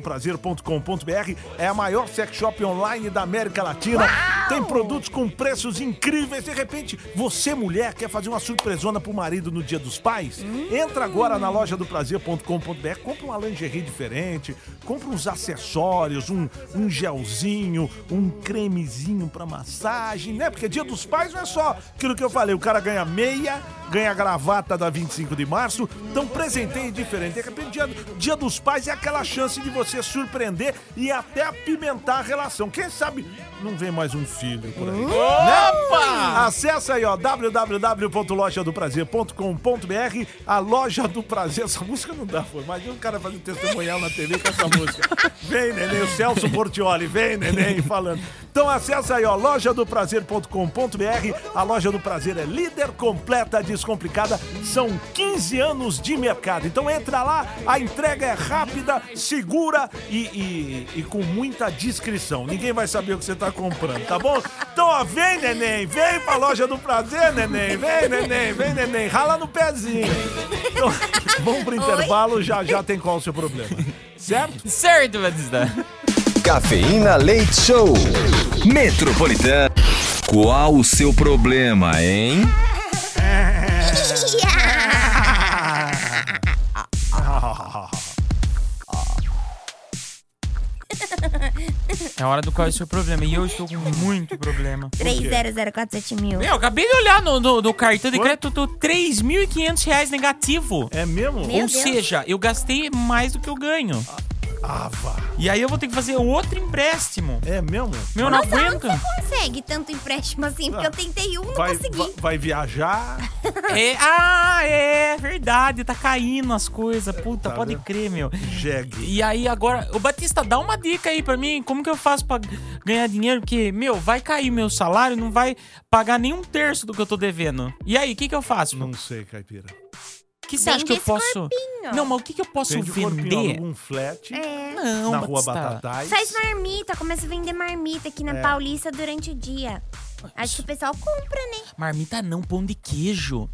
[SPEAKER 6] www.lojadoprazer.com.br. É a maior sex shop online da América Latina. Tem produtos com preços incríveis. De repente, você mulher quer fazer uma surpresona pro marido no Dia dos Pais? Entra agora na loja do prazer.com.br, compra uma lingerie diferente, compra uns acessórios, um, um gelzinho, um cremezinho pra massagem, né? Porque Dia dos Pais não é só aquilo que eu falei, o cara ganha meia, ganha gravata da 25 de março, então presenteie diferente. De repente, dia, Dia dos Pais é aquela chance de você surpreender e até apimentar a relação. Quem sabe não vem mais um filho por aí. Opa! Acesse aí, ó, www.lojadoprazer.com.br, a loja do prazer. Essa música não dá, pô. Imagina o um cara fazendo testemunhal na TV com essa música. Vem, neném, o Celso Portioli, vem, neném, falando. Então acessa aí, ó, lojadoprazer.com.br. A loja do prazer é líder completa, descomplicada. São 15 anos de mercado. Então entra lá, a entrega é rápida, segura e, e- e com muita discrição. Ninguém vai saber o que você tá comprando, tá bom? Então, ó, vem, neném, vem pra loja do prazer, neném, vem, neném, vem, neném, rala no pezinho. Então, vamos pro intervalo, já já tem qual o seu problema. Certo?
[SPEAKER 7] Certo, Batista.
[SPEAKER 5] Cafeína Leite Show. Metropolitana. Qual o seu problema, hein?
[SPEAKER 7] É hora do qual é o seu problema. E eu estou com muito problema.
[SPEAKER 8] 30047 mil.
[SPEAKER 7] Meu, acabei de olhar no, no- no cartão de
[SPEAKER 6] Foi?
[SPEAKER 7] crédito, tô 3.500 reais negativo.
[SPEAKER 6] É mesmo?
[SPEAKER 8] Meu
[SPEAKER 7] Ou
[SPEAKER 8] Deus.
[SPEAKER 7] seja, eu gastei mais do que eu ganho.
[SPEAKER 6] Ava.
[SPEAKER 7] E aí eu vou ter que fazer outro empréstimo.
[SPEAKER 6] Ah, É mesmo?
[SPEAKER 7] Meu, não
[SPEAKER 8] Nossa, onde
[SPEAKER 7] aguento.
[SPEAKER 8] você consegue tanto empréstimo assim? Porque eu tentei um, não
[SPEAKER 6] Ah, Vai,
[SPEAKER 8] consegui.
[SPEAKER 6] vai, vai viajar?
[SPEAKER 7] É, ah, é verdade, tá caindo as coisas. Puta,
[SPEAKER 6] Tá
[SPEAKER 7] pode
[SPEAKER 6] vendo?
[SPEAKER 7] crer, meu.
[SPEAKER 6] Jegue.
[SPEAKER 7] E aí agora, o Batista, dá uma dica aí pra mim, como que eu faço pra ganhar dinheiro? Porque, meu, vai cair meu salário, não vai pagar nem um terço do que eu tô devendo. E aí, o que que eu faço?
[SPEAKER 6] Não sei, Caipira.
[SPEAKER 7] O que você acha que eu
[SPEAKER 8] Vende esse
[SPEAKER 7] posso... Não, mas o que que eu posso
[SPEAKER 6] Vende o corpinho,
[SPEAKER 7] vender?
[SPEAKER 6] aluga um flat
[SPEAKER 8] É.
[SPEAKER 7] Não,
[SPEAKER 6] na rua
[SPEAKER 7] Batista.
[SPEAKER 6] Batatais.
[SPEAKER 8] Faz marmita, começa a vender marmita aqui
[SPEAKER 6] É.
[SPEAKER 8] na Paulista durante o dia. Acho que o pessoal compra, né?
[SPEAKER 7] Marmita não, pão de queijo.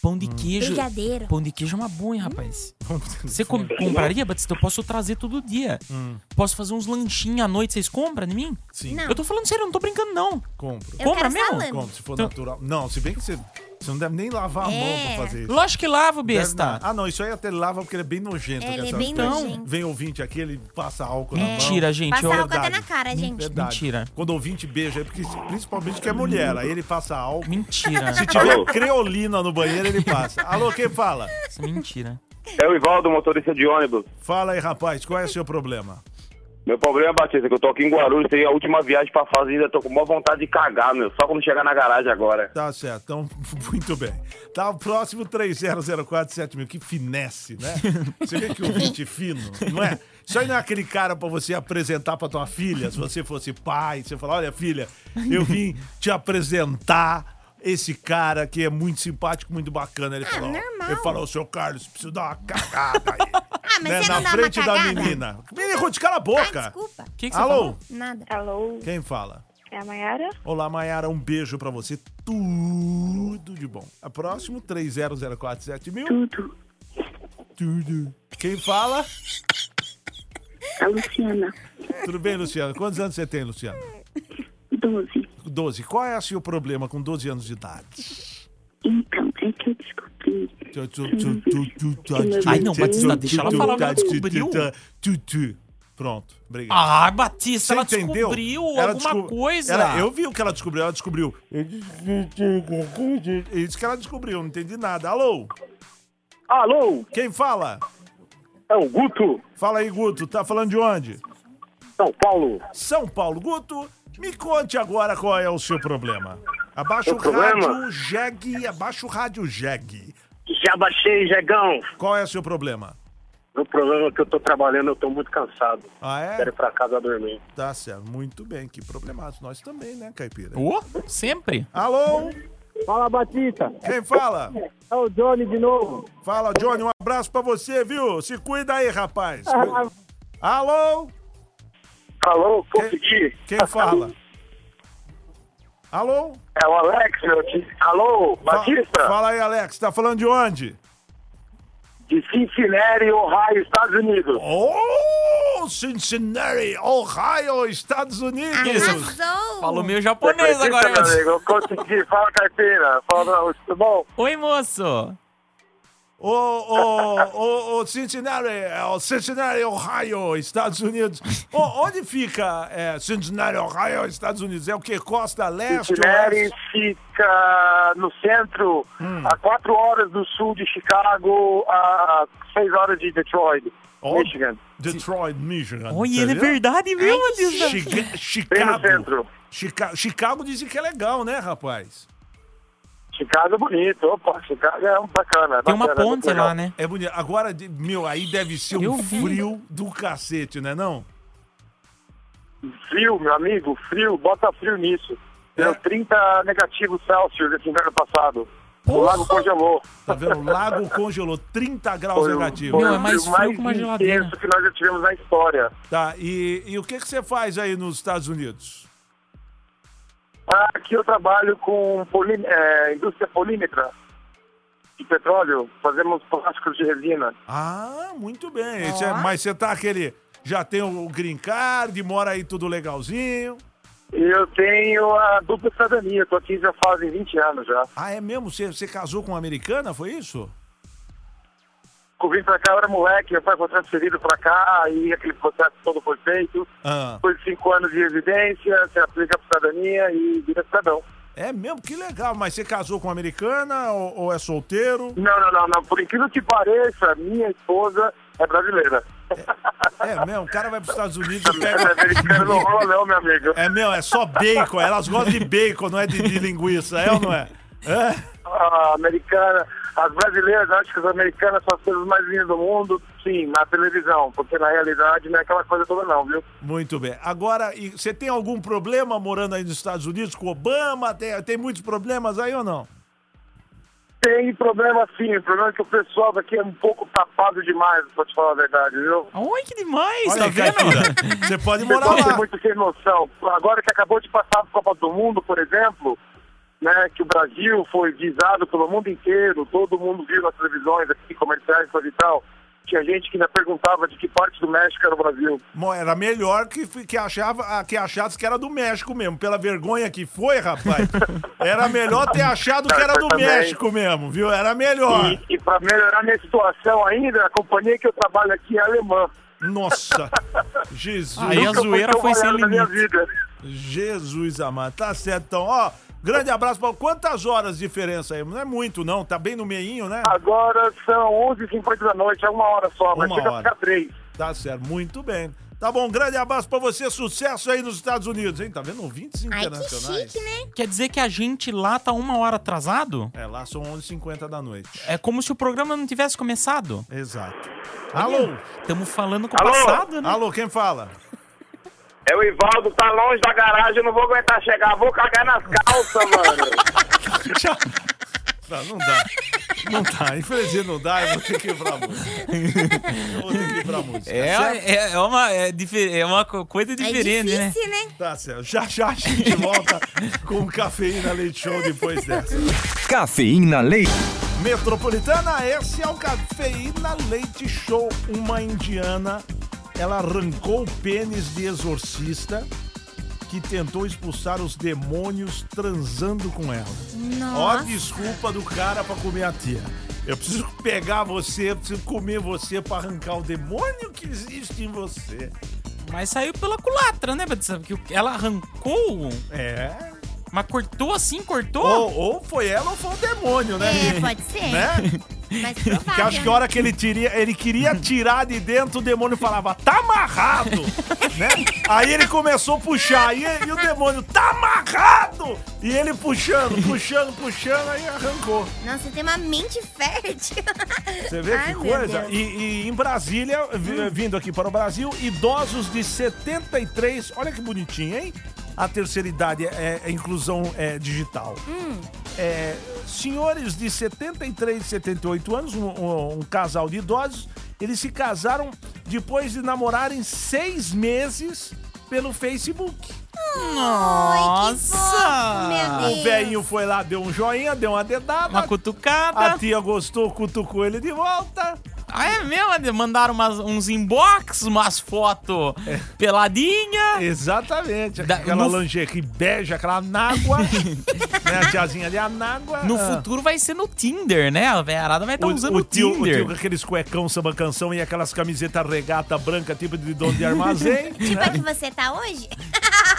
[SPEAKER 7] Pão
[SPEAKER 6] Hum.
[SPEAKER 7] de queijo.
[SPEAKER 8] Brigadeiro.
[SPEAKER 7] Pão de queijo é uma boa, hein, rapaz. Você com- compraria, Batista? Eu posso trazer todo dia.
[SPEAKER 6] Hum.
[SPEAKER 7] Posso fazer uns lanchinhos à noite. Vocês compram de mim?
[SPEAKER 6] Sim,
[SPEAKER 8] Não.
[SPEAKER 7] Eu tô falando sério, eu não tô brincando, não.
[SPEAKER 6] compro.
[SPEAKER 8] Eu
[SPEAKER 7] Compra
[SPEAKER 8] quero
[SPEAKER 7] mesmo?
[SPEAKER 8] salame.
[SPEAKER 6] Compro, se for
[SPEAKER 7] Então-
[SPEAKER 6] natural. Não, se bem que você Você não deve nem lavar a mão
[SPEAKER 8] É.
[SPEAKER 6] pra fazer isso.
[SPEAKER 7] Lógico que lavo,
[SPEAKER 6] Deve
[SPEAKER 7] besta.
[SPEAKER 6] não. Ah, não, isso aí até lava porque ele é bem nojento.
[SPEAKER 8] É,
[SPEAKER 6] com
[SPEAKER 8] ele é
[SPEAKER 6] essas
[SPEAKER 8] bem
[SPEAKER 6] coisas.
[SPEAKER 8] nojento.
[SPEAKER 6] Vem ouvinte aqui, ele passa álcool na mão.
[SPEAKER 7] Mentira, gente.
[SPEAKER 8] Passa
[SPEAKER 7] eu-
[SPEAKER 8] álcool até
[SPEAKER 6] verdade.
[SPEAKER 8] na cara, gente.
[SPEAKER 6] Verdade.
[SPEAKER 7] Mentira.
[SPEAKER 6] Quando ouvinte beija, é porque, principalmente que é mulher, aí ele passa álcool.
[SPEAKER 7] Mentira.
[SPEAKER 6] Se tiver creolina no banheiro, ele passa. Alô, quem fala?
[SPEAKER 7] Isso é mentira.
[SPEAKER 1] É o Ivaldo, motorista de ônibus.
[SPEAKER 6] Fala aí, rapaz, qual é o seu problema?
[SPEAKER 1] Meu problema, Batista, é que eu tô aqui em Guarulhos, tem a última viagem pra fazenda, tô com maior vontade de cagar, meu. Só quando chegar na garagem agora.
[SPEAKER 6] Tá certo, então, muito bem. Tá o próximo 30047000. Que finesse, né? Você vê que o ouvinte fino, não é? Isso aí não é aquele cara pra você apresentar pra tua filha, se você fosse pai, você falar, olha, filha, eu vim te apresentar esse cara que é muito simpático, muito bacana. Ele falou,
[SPEAKER 8] normal.
[SPEAKER 6] ele falou, seu Carlos, preciso dar uma cagada aí.
[SPEAKER 8] Ah, mas
[SPEAKER 6] né?
[SPEAKER 8] você
[SPEAKER 6] Na
[SPEAKER 8] não dá uma
[SPEAKER 6] frente da
[SPEAKER 8] cagada?
[SPEAKER 6] menina. Menina, Ruth, cala a
[SPEAKER 8] Ah,
[SPEAKER 6] boca.
[SPEAKER 8] desculpa.
[SPEAKER 7] O que, que você
[SPEAKER 6] Alô,
[SPEAKER 7] falou?
[SPEAKER 8] Nada.
[SPEAKER 11] Alô,
[SPEAKER 6] quem fala?
[SPEAKER 11] é a Mayara?
[SPEAKER 6] Olá, Mayara, um beijo pra você. Tudo de bom. A próximo, 30047000.
[SPEAKER 11] Tudo.
[SPEAKER 6] Tudo. Quem fala?
[SPEAKER 11] A Luciana,
[SPEAKER 6] Tudo bem, Luciano? Quantos anos você tem, Luciano?
[SPEAKER 11] 12.
[SPEAKER 6] 12. Qual é o seu problema com 12 anos de idade?
[SPEAKER 11] Então, é que eu descobri.
[SPEAKER 7] Ai, não, Batista, deixa ela falar o que ela descobriu.
[SPEAKER 6] Pronto, obrigado.
[SPEAKER 7] Ah, Batista,
[SPEAKER 6] Você
[SPEAKER 7] ela
[SPEAKER 6] entendeu?
[SPEAKER 7] descobriu
[SPEAKER 6] Ela
[SPEAKER 7] alguma
[SPEAKER 6] descob-
[SPEAKER 7] coisa.
[SPEAKER 6] Ela- eu vi o que ela descobriu, ela descobriu. Isso que ela descobriu, não entendi nada. Alô?
[SPEAKER 12] Alô,
[SPEAKER 6] Quem fala?
[SPEAKER 12] é o Guto,
[SPEAKER 6] Fala aí, Guto. Tá falando de onde?
[SPEAKER 12] São Paulo.
[SPEAKER 6] São Paulo. Guto, me conte agora qual é o seu problema. Abaixa o,
[SPEAKER 12] O problema?
[SPEAKER 6] rádio jegue, abaixa o rádio jegue.
[SPEAKER 12] Já baixei, Jegão.
[SPEAKER 6] Qual é o seu problema?
[SPEAKER 12] O problema é que eu tô trabalhando, eu tô muito cansado.
[SPEAKER 6] Ah, é?
[SPEAKER 12] Quero ir pra casa dormir.
[SPEAKER 6] Tá certo. Muito bem, que problemático. Nós também, né, Caipira?
[SPEAKER 7] Ô, sempre.
[SPEAKER 6] Alô?
[SPEAKER 12] Fala, Batista.
[SPEAKER 6] Quem fala?
[SPEAKER 12] É o Johnny de novo.
[SPEAKER 6] Fala, Johnny. Um abraço pra você, viu? Se cuida aí, rapaz. Alô?
[SPEAKER 12] Alô, consegui.
[SPEAKER 6] Quem fala? Alô?
[SPEAKER 12] É o Alex, meu tio. Alô,
[SPEAKER 6] Fa-
[SPEAKER 12] Batista?
[SPEAKER 6] Fala aí, Alex. Tá falando de onde?
[SPEAKER 12] De Cincinnati, Ohio, Estados Unidos.
[SPEAKER 6] Oh, Cincinnati, Ohio, Estados Unidos.
[SPEAKER 8] Arrasou!
[SPEAKER 7] Falou meio japonês agora.
[SPEAKER 12] Meu amigo, eu consegui. Fala, Carteira. Fala, Draúcio, tudo bom?
[SPEAKER 7] Oi, moço.
[SPEAKER 6] Ô, ô, ô, ô, Cincinnati, é, o Cincinnati, Ohio, Estados Unidos. Ô, onde fica é, Cincinnati, Ohio, Estados Unidos? É o que? é Costa Leste?
[SPEAKER 12] Cincinnati
[SPEAKER 6] oeste?
[SPEAKER 12] fica no centro,
[SPEAKER 6] Hum.
[SPEAKER 12] a 4 horas do sul de Chicago, a 6 horas de Detroit,
[SPEAKER 6] Ó.
[SPEAKER 12] Michigan.
[SPEAKER 6] Detroit, Michigan.
[SPEAKER 7] Oi,
[SPEAKER 6] Você
[SPEAKER 7] ele é
[SPEAKER 6] viu?
[SPEAKER 7] verdade mesmo, Batista.
[SPEAKER 6] Chica-
[SPEAKER 12] Bem no
[SPEAKER 6] Chicago.
[SPEAKER 12] centro.
[SPEAKER 6] Chica Chicago dizem que é legal, né, rapaz?
[SPEAKER 12] Chicago é bonito, opa, Chicago é um bacana.
[SPEAKER 7] Tem uma
[SPEAKER 12] bacana,
[SPEAKER 7] ponte
[SPEAKER 12] muito
[SPEAKER 7] lá,
[SPEAKER 12] legal.
[SPEAKER 7] né?
[SPEAKER 6] É bonito. Agora, de- meu, aí deve ser um
[SPEAKER 7] Eu vi.
[SPEAKER 6] frio do cacete, né não?
[SPEAKER 12] Frio, meu amigo, frio, bota frio nisso. Deu
[SPEAKER 6] É.
[SPEAKER 12] 30 negativos Celsius esse inverno passado. O lago congelou.
[SPEAKER 6] Tá vendo? O lago congelou 30 graus
[SPEAKER 12] Foi um o-
[SPEAKER 6] negativos.
[SPEAKER 7] Meu, é
[SPEAKER 12] o
[SPEAKER 7] mais
[SPEAKER 12] frio
[SPEAKER 7] frio que uma geladeira.
[SPEAKER 12] intenso que nós já tivemos na história.
[SPEAKER 6] Tá, e, e o que, que você faz aí nos Estados Unidos?
[SPEAKER 12] Aqui eu trabalho com polí- é, indústria polímetra de petróleo. Fazemos plásticos de resina.
[SPEAKER 6] Ah, muito bem. Esse é- mas você tá aquele. Já tem o green card, mora aí tudo legalzinho.
[SPEAKER 12] E eu tenho a dupla cidadania. Estou aqui já fazem 20 anos já.
[SPEAKER 6] Ah, é mesmo? Você, você casou com uma americana, foi isso?
[SPEAKER 12] Eu vim pra cá, eu era moleque. Meu pai foi transferido pra cá. Aí aquele processo todo foi feito.
[SPEAKER 6] Ah,
[SPEAKER 12] Depois de 5 anos de residência, você aplica a cidadania e vira cidadão.
[SPEAKER 6] é mesmo? Que legal. Mas você casou com uma americana ou, ou é solteiro?
[SPEAKER 12] Não, não, não, não. Por incrível que pareça, minha esposa é brasileira.
[SPEAKER 6] É mesmo? O cara vai pros Estados Unidos e
[SPEAKER 12] Essa
[SPEAKER 6] pega.
[SPEAKER 12] americana não rola não, meu amigo.
[SPEAKER 6] É meu, é só bacon. Elas gostam de bacon, não é de, de linguiça, é ou não é? É?
[SPEAKER 12] a americana, as brasileiras acham que as americanas são as coisas mais lindas do mundo, sim, na televisão, porque na realidade não é aquela coisa toda não, viu?
[SPEAKER 6] Muito bem. Agora, e você tem algum problema morando aí nos Estados Unidos com Obama? Tem, tem muitos problemas aí ou não?
[SPEAKER 12] Tem problema sim, o problema é que o pessoal daqui é um pouco tapado demais, pra te falar a verdade, viu?
[SPEAKER 7] Oi, que demais.
[SPEAKER 6] Olha
[SPEAKER 7] tá
[SPEAKER 6] aí,
[SPEAKER 7] vendo?
[SPEAKER 6] Caipira, Você pode
[SPEAKER 12] O
[SPEAKER 6] morar
[SPEAKER 12] pessoal é
[SPEAKER 6] lá.
[SPEAKER 12] muito sem noção. Agora que acabou de passar a Copa do Mundo, por exemplo, né, que o Brasil foi visado pelo mundo inteiro, todo mundo viu nas televisões aqui, comerciais, coisa e tal. Tinha gente que ainda perguntava de que parte do México era o Brasil.
[SPEAKER 6] Mo- Era melhor que, fi- que, achava, ah, que achasse que era do México mesmo. Pela vergonha que foi, rapaz. Era melhor ter achado que era do
[SPEAKER 12] Também.
[SPEAKER 6] México mesmo, viu? Era melhor.
[SPEAKER 12] E, e para melhorar minha situação ainda, a companhia que eu trabalho aqui é alemã.
[SPEAKER 6] Nossa, Jesus.
[SPEAKER 12] Aí a Nunca fui zoeira tão foi sem molhado na minha limite.
[SPEAKER 6] Jesus amado, tá certo então. Ó, grande abraço, Paulo. Quantas horas de diferença aí? Não é muito não, tá bem no meinho, né?
[SPEAKER 12] Agora são 11h50 da noite, é uma hora só, mas
[SPEAKER 6] Uma
[SPEAKER 12] chega a
[SPEAKER 6] hora.
[SPEAKER 12] ficar três.
[SPEAKER 6] Tá certo, muito bem. Tá bom, grande abraço pra você, sucesso aí nos Estados Unidos, hein? Tá vendo? Ouvintes internacionais.
[SPEAKER 8] né?
[SPEAKER 7] Quer dizer que a gente lá tá uma hora atrasado?
[SPEAKER 6] É, lá são 11h50 da noite.
[SPEAKER 7] É como se o programa não tivesse começado.
[SPEAKER 6] Exato.
[SPEAKER 7] Alô?
[SPEAKER 6] Alô?
[SPEAKER 7] Estamos falando com
[SPEAKER 6] Alô?
[SPEAKER 7] o passado, Tá né?
[SPEAKER 6] Alô, quem fala?
[SPEAKER 13] É o Ivaldo, tá longe da garagem, eu não vou aguentar chegar, vou cagar nas calças, mano.
[SPEAKER 6] Não, não dá. Não dá, infelizmente não dá, eu vou ter que ir pra música. Eu vou ter que ir pra música.
[SPEAKER 7] É,
[SPEAKER 6] certo?
[SPEAKER 7] é, é uma, é, dife- é uma co- coisa
[SPEAKER 8] É
[SPEAKER 7] diferente, né?
[SPEAKER 6] Tá certo. Já já a gente volta com cafeína leite show depois dessa.
[SPEAKER 5] Cafeína Leite.
[SPEAKER 6] Metropolitana, esse é o Cafeína Leite Show. Uma indiana, ela arrancou o pênis de exorcista que tentou expulsar os demônios transando com ela. Ó, a desculpa do cara pra comer a tia. Eu preciso pegar você, eu preciso comer você pra arrancar o demônio que existe em você.
[SPEAKER 7] Mas saiu pela culatra, né, Batista? Porque o- ela arrancou. um,
[SPEAKER 6] É.
[SPEAKER 7] Mas cortou assim, cortou?
[SPEAKER 6] Ou, ou foi ela ou foi o demônio, né?
[SPEAKER 7] É, pode ser.
[SPEAKER 6] Né?
[SPEAKER 8] Mas né?
[SPEAKER 6] Que acho que a hora que ele, tiria, ele queria tirar de dentro, o demônio falava, tá amarrado! né? Aí ele começou a puxar, e, e o demônio, tá amarrado! E ele puxando, puxando, puxando, aí arrancou.
[SPEAKER 8] Nossa, tem uma mente fértil.
[SPEAKER 6] Você vê
[SPEAKER 8] Ai,
[SPEAKER 6] que
[SPEAKER 8] meu
[SPEAKER 6] coisa?
[SPEAKER 8] Deus. Hum.
[SPEAKER 6] E, e em Brasília, vi- vindo aqui para o Brasil, idosos de 73, olha que bonitinho, hein? A terceira idade é, é inclusão é, digital.
[SPEAKER 8] Hum.
[SPEAKER 6] É, senhores de 73 e 78 anos, um, um- um casal de idosos, eles se casaram depois de namorarem seis meses pelo Facebook.
[SPEAKER 7] Nossa!
[SPEAKER 8] Ah.
[SPEAKER 6] O velhinho foi lá, deu um joinha, deu uma dedada.
[SPEAKER 7] Uma cutucada.
[SPEAKER 6] Oh, A tia gostou, cutucou ele de volta.
[SPEAKER 7] Ah, é mesmo? Eles Mandaram umas- uns inbox, umas fotos
[SPEAKER 6] É.
[SPEAKER 7] peladinha.
[SPEAKER 6] Exatamente.
[SPEAKER 7] Da-
[SPEAKER 6] Aquela
[SPEAKER 7] no-
[SPEAKER 6] lingerie beija, aquela anágua. né, a tiazinha ali, anágua.
[SPEAKER 7] No
[SPEAKER 6] Ah.
[SPEAKER 7] futuro vai ser no Tinder, né? A veiarada vai estar usando o,
[SPEAKER 6] o tio, o
[SPEAKER 7] Tinder.
[SPEAKER 6] tio com aqueles cuecão samba canção e aquelas camisetas regata branca, tipo de dono de armazém.
[SPEAKER 7] né?
[SPEAKER 8] Tipo a que você tá hoje?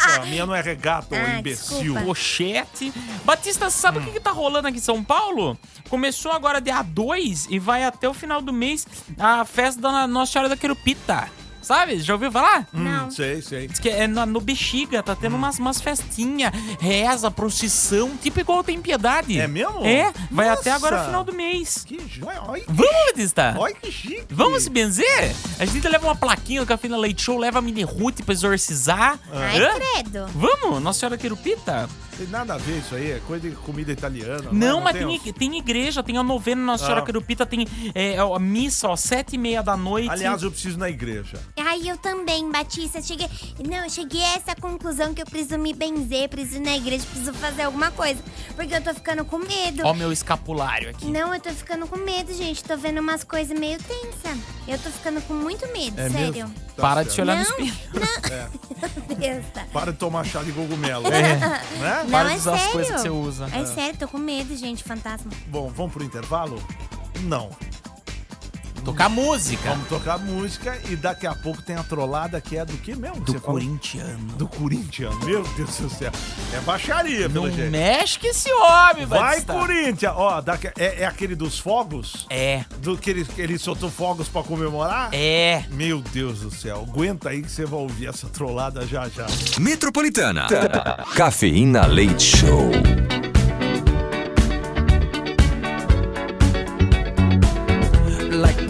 [SPEAKER 6] Não, a minha não é regata, ô
[SPEAKER 8] Ah,
[SPEAKER 6] imbecil.
[SPEAKER 8] desculpa.
[SPEAKER 7] Pochete. Batista, sabe
[SPEAKER 6] Hum.
[SPEAKER 7] o que, que tá rolando aqui em São Paulo? Começou agora dia 2 e vai até o final do mês a festa da Nossa Senhora da Querupita. Sabe? Já ouviu falar?
[SPEAKER 6] Não. Hum, Sei, sei.
[SPEAKER 7] Diz que é na- no Bexiga, tá tendo umas, umas festinhas, reza, procissão, tipo igual tem piedade.
[SPEAKER 6] É mesmo?
[SPEAKER 7] É, vai
[SPEAKER 6] Nossa.
[SPEAKER 7] até agora final do mês.
[SPEAKER 6] Que joia, olha que-
[SPEAKER 7] Vamos, Batista?
[SPEAKER 6] olha que chique.
[SPEAKER 7] Vamos se benzer? A gente leva uma plaquinha do Café na Leite Show, leva a mini Ruth pra exorcizar.
[SPEAKER 8] Ai,
[SPEAKER 7] Hã?
[SPEAKER 8] credo.
[SPEAKER 7] Vamos? Nossa Senhora Querupita?
[SPEAKER 6] Tem nada a ver isso aí, é coisa de comida italiana. um-
[SPEAKER 7] Não, mas tem, ig- tem igreja, tem a novena Nossa
[SPEAKER 6] Ah.
[SPEAKER 7] Senhora Querupita, tem é, a missa, ó, sete e meia da noite.
[SPEAKER 6] Aliás, eu preciso ir na igreja.
[SPEAKER 8] Ai, eu também, Batista. Cheguei. Não, eu cheguei a essa conclusão que eu preciso me benzer, preciso ir na igreja, preciso fazer alguma coisa. Porque eu tô ficando com medo.
[SPEAKER 7] Ó meu escapulário aqui.
[SPEAKER 8] Não, eu tô ficando com medo, gente. Tô vendo umas coisas meio tensa. Eu tô ficando com muito medo,
[SPEAKER 6] É
[SPEAKER 8] sério.
[SPEAKER 6] mesmo? Tá
[SPEAKER 7] Para de se
[SPEAKER 6] certo.
[SPEAKER 7] olhar no
[SPEAKER 8] Não.
[SPEAKER 7] espelho.
[SPEAKER 8] Meu Deus, tá.
[SPEAKER 6] Para de tomar chá de cogumelo.
[SPEAKER 8] É.
[SPEAKER 6] Né?
[SPEAKER 8] Não,
[SPEAKER 7] Para de
[SPEAKER 8] é
[SPEAKER 7] usar
[SPEAKER 8] sério.
[SPEAKER 7] as coisas que você usa.
[SPEAKER 8] É,
[SPEAKER 6] É.
[SPEAKER 8] sério, tô com medo, gente, fantasma.
[SPEAKER 6] Bom, vamos pro intervalo? Não.
[SPEAKER 7] Tocar música.
[SPEAKER 6] Vamos tocar música e daqui a pouco tem a trollada que é do que mesmo? Do
[SPEAKER 7] corintiano.
[SPEAKER 6] Do corintiano, meu Deus do céu. É baixaria, pelo
[SPEAKER 7] Não
[SPEAKER 6] jeito.
[SPEAKER 7] mexe com esse homem,
[SPEAKER 6] Vai,
[SPEAKER 7] Batista.
[SPEAKER 6] Corinthians! Ó, daqui- é, é aquele dos fogos?
[SPEAKER 7] É.
[SPEAKER 6] Do que ele, ele soltou fogos pra comemorar?
[SPEAKER 7] É.
[SPEAKER 6] Meu Deus do céu. Aguenta aí que você vai ouvir essa trollada já já.
[SPEAKER 5] Metropolitana. Cafeína Leite Show.
[SPEAKER 14] like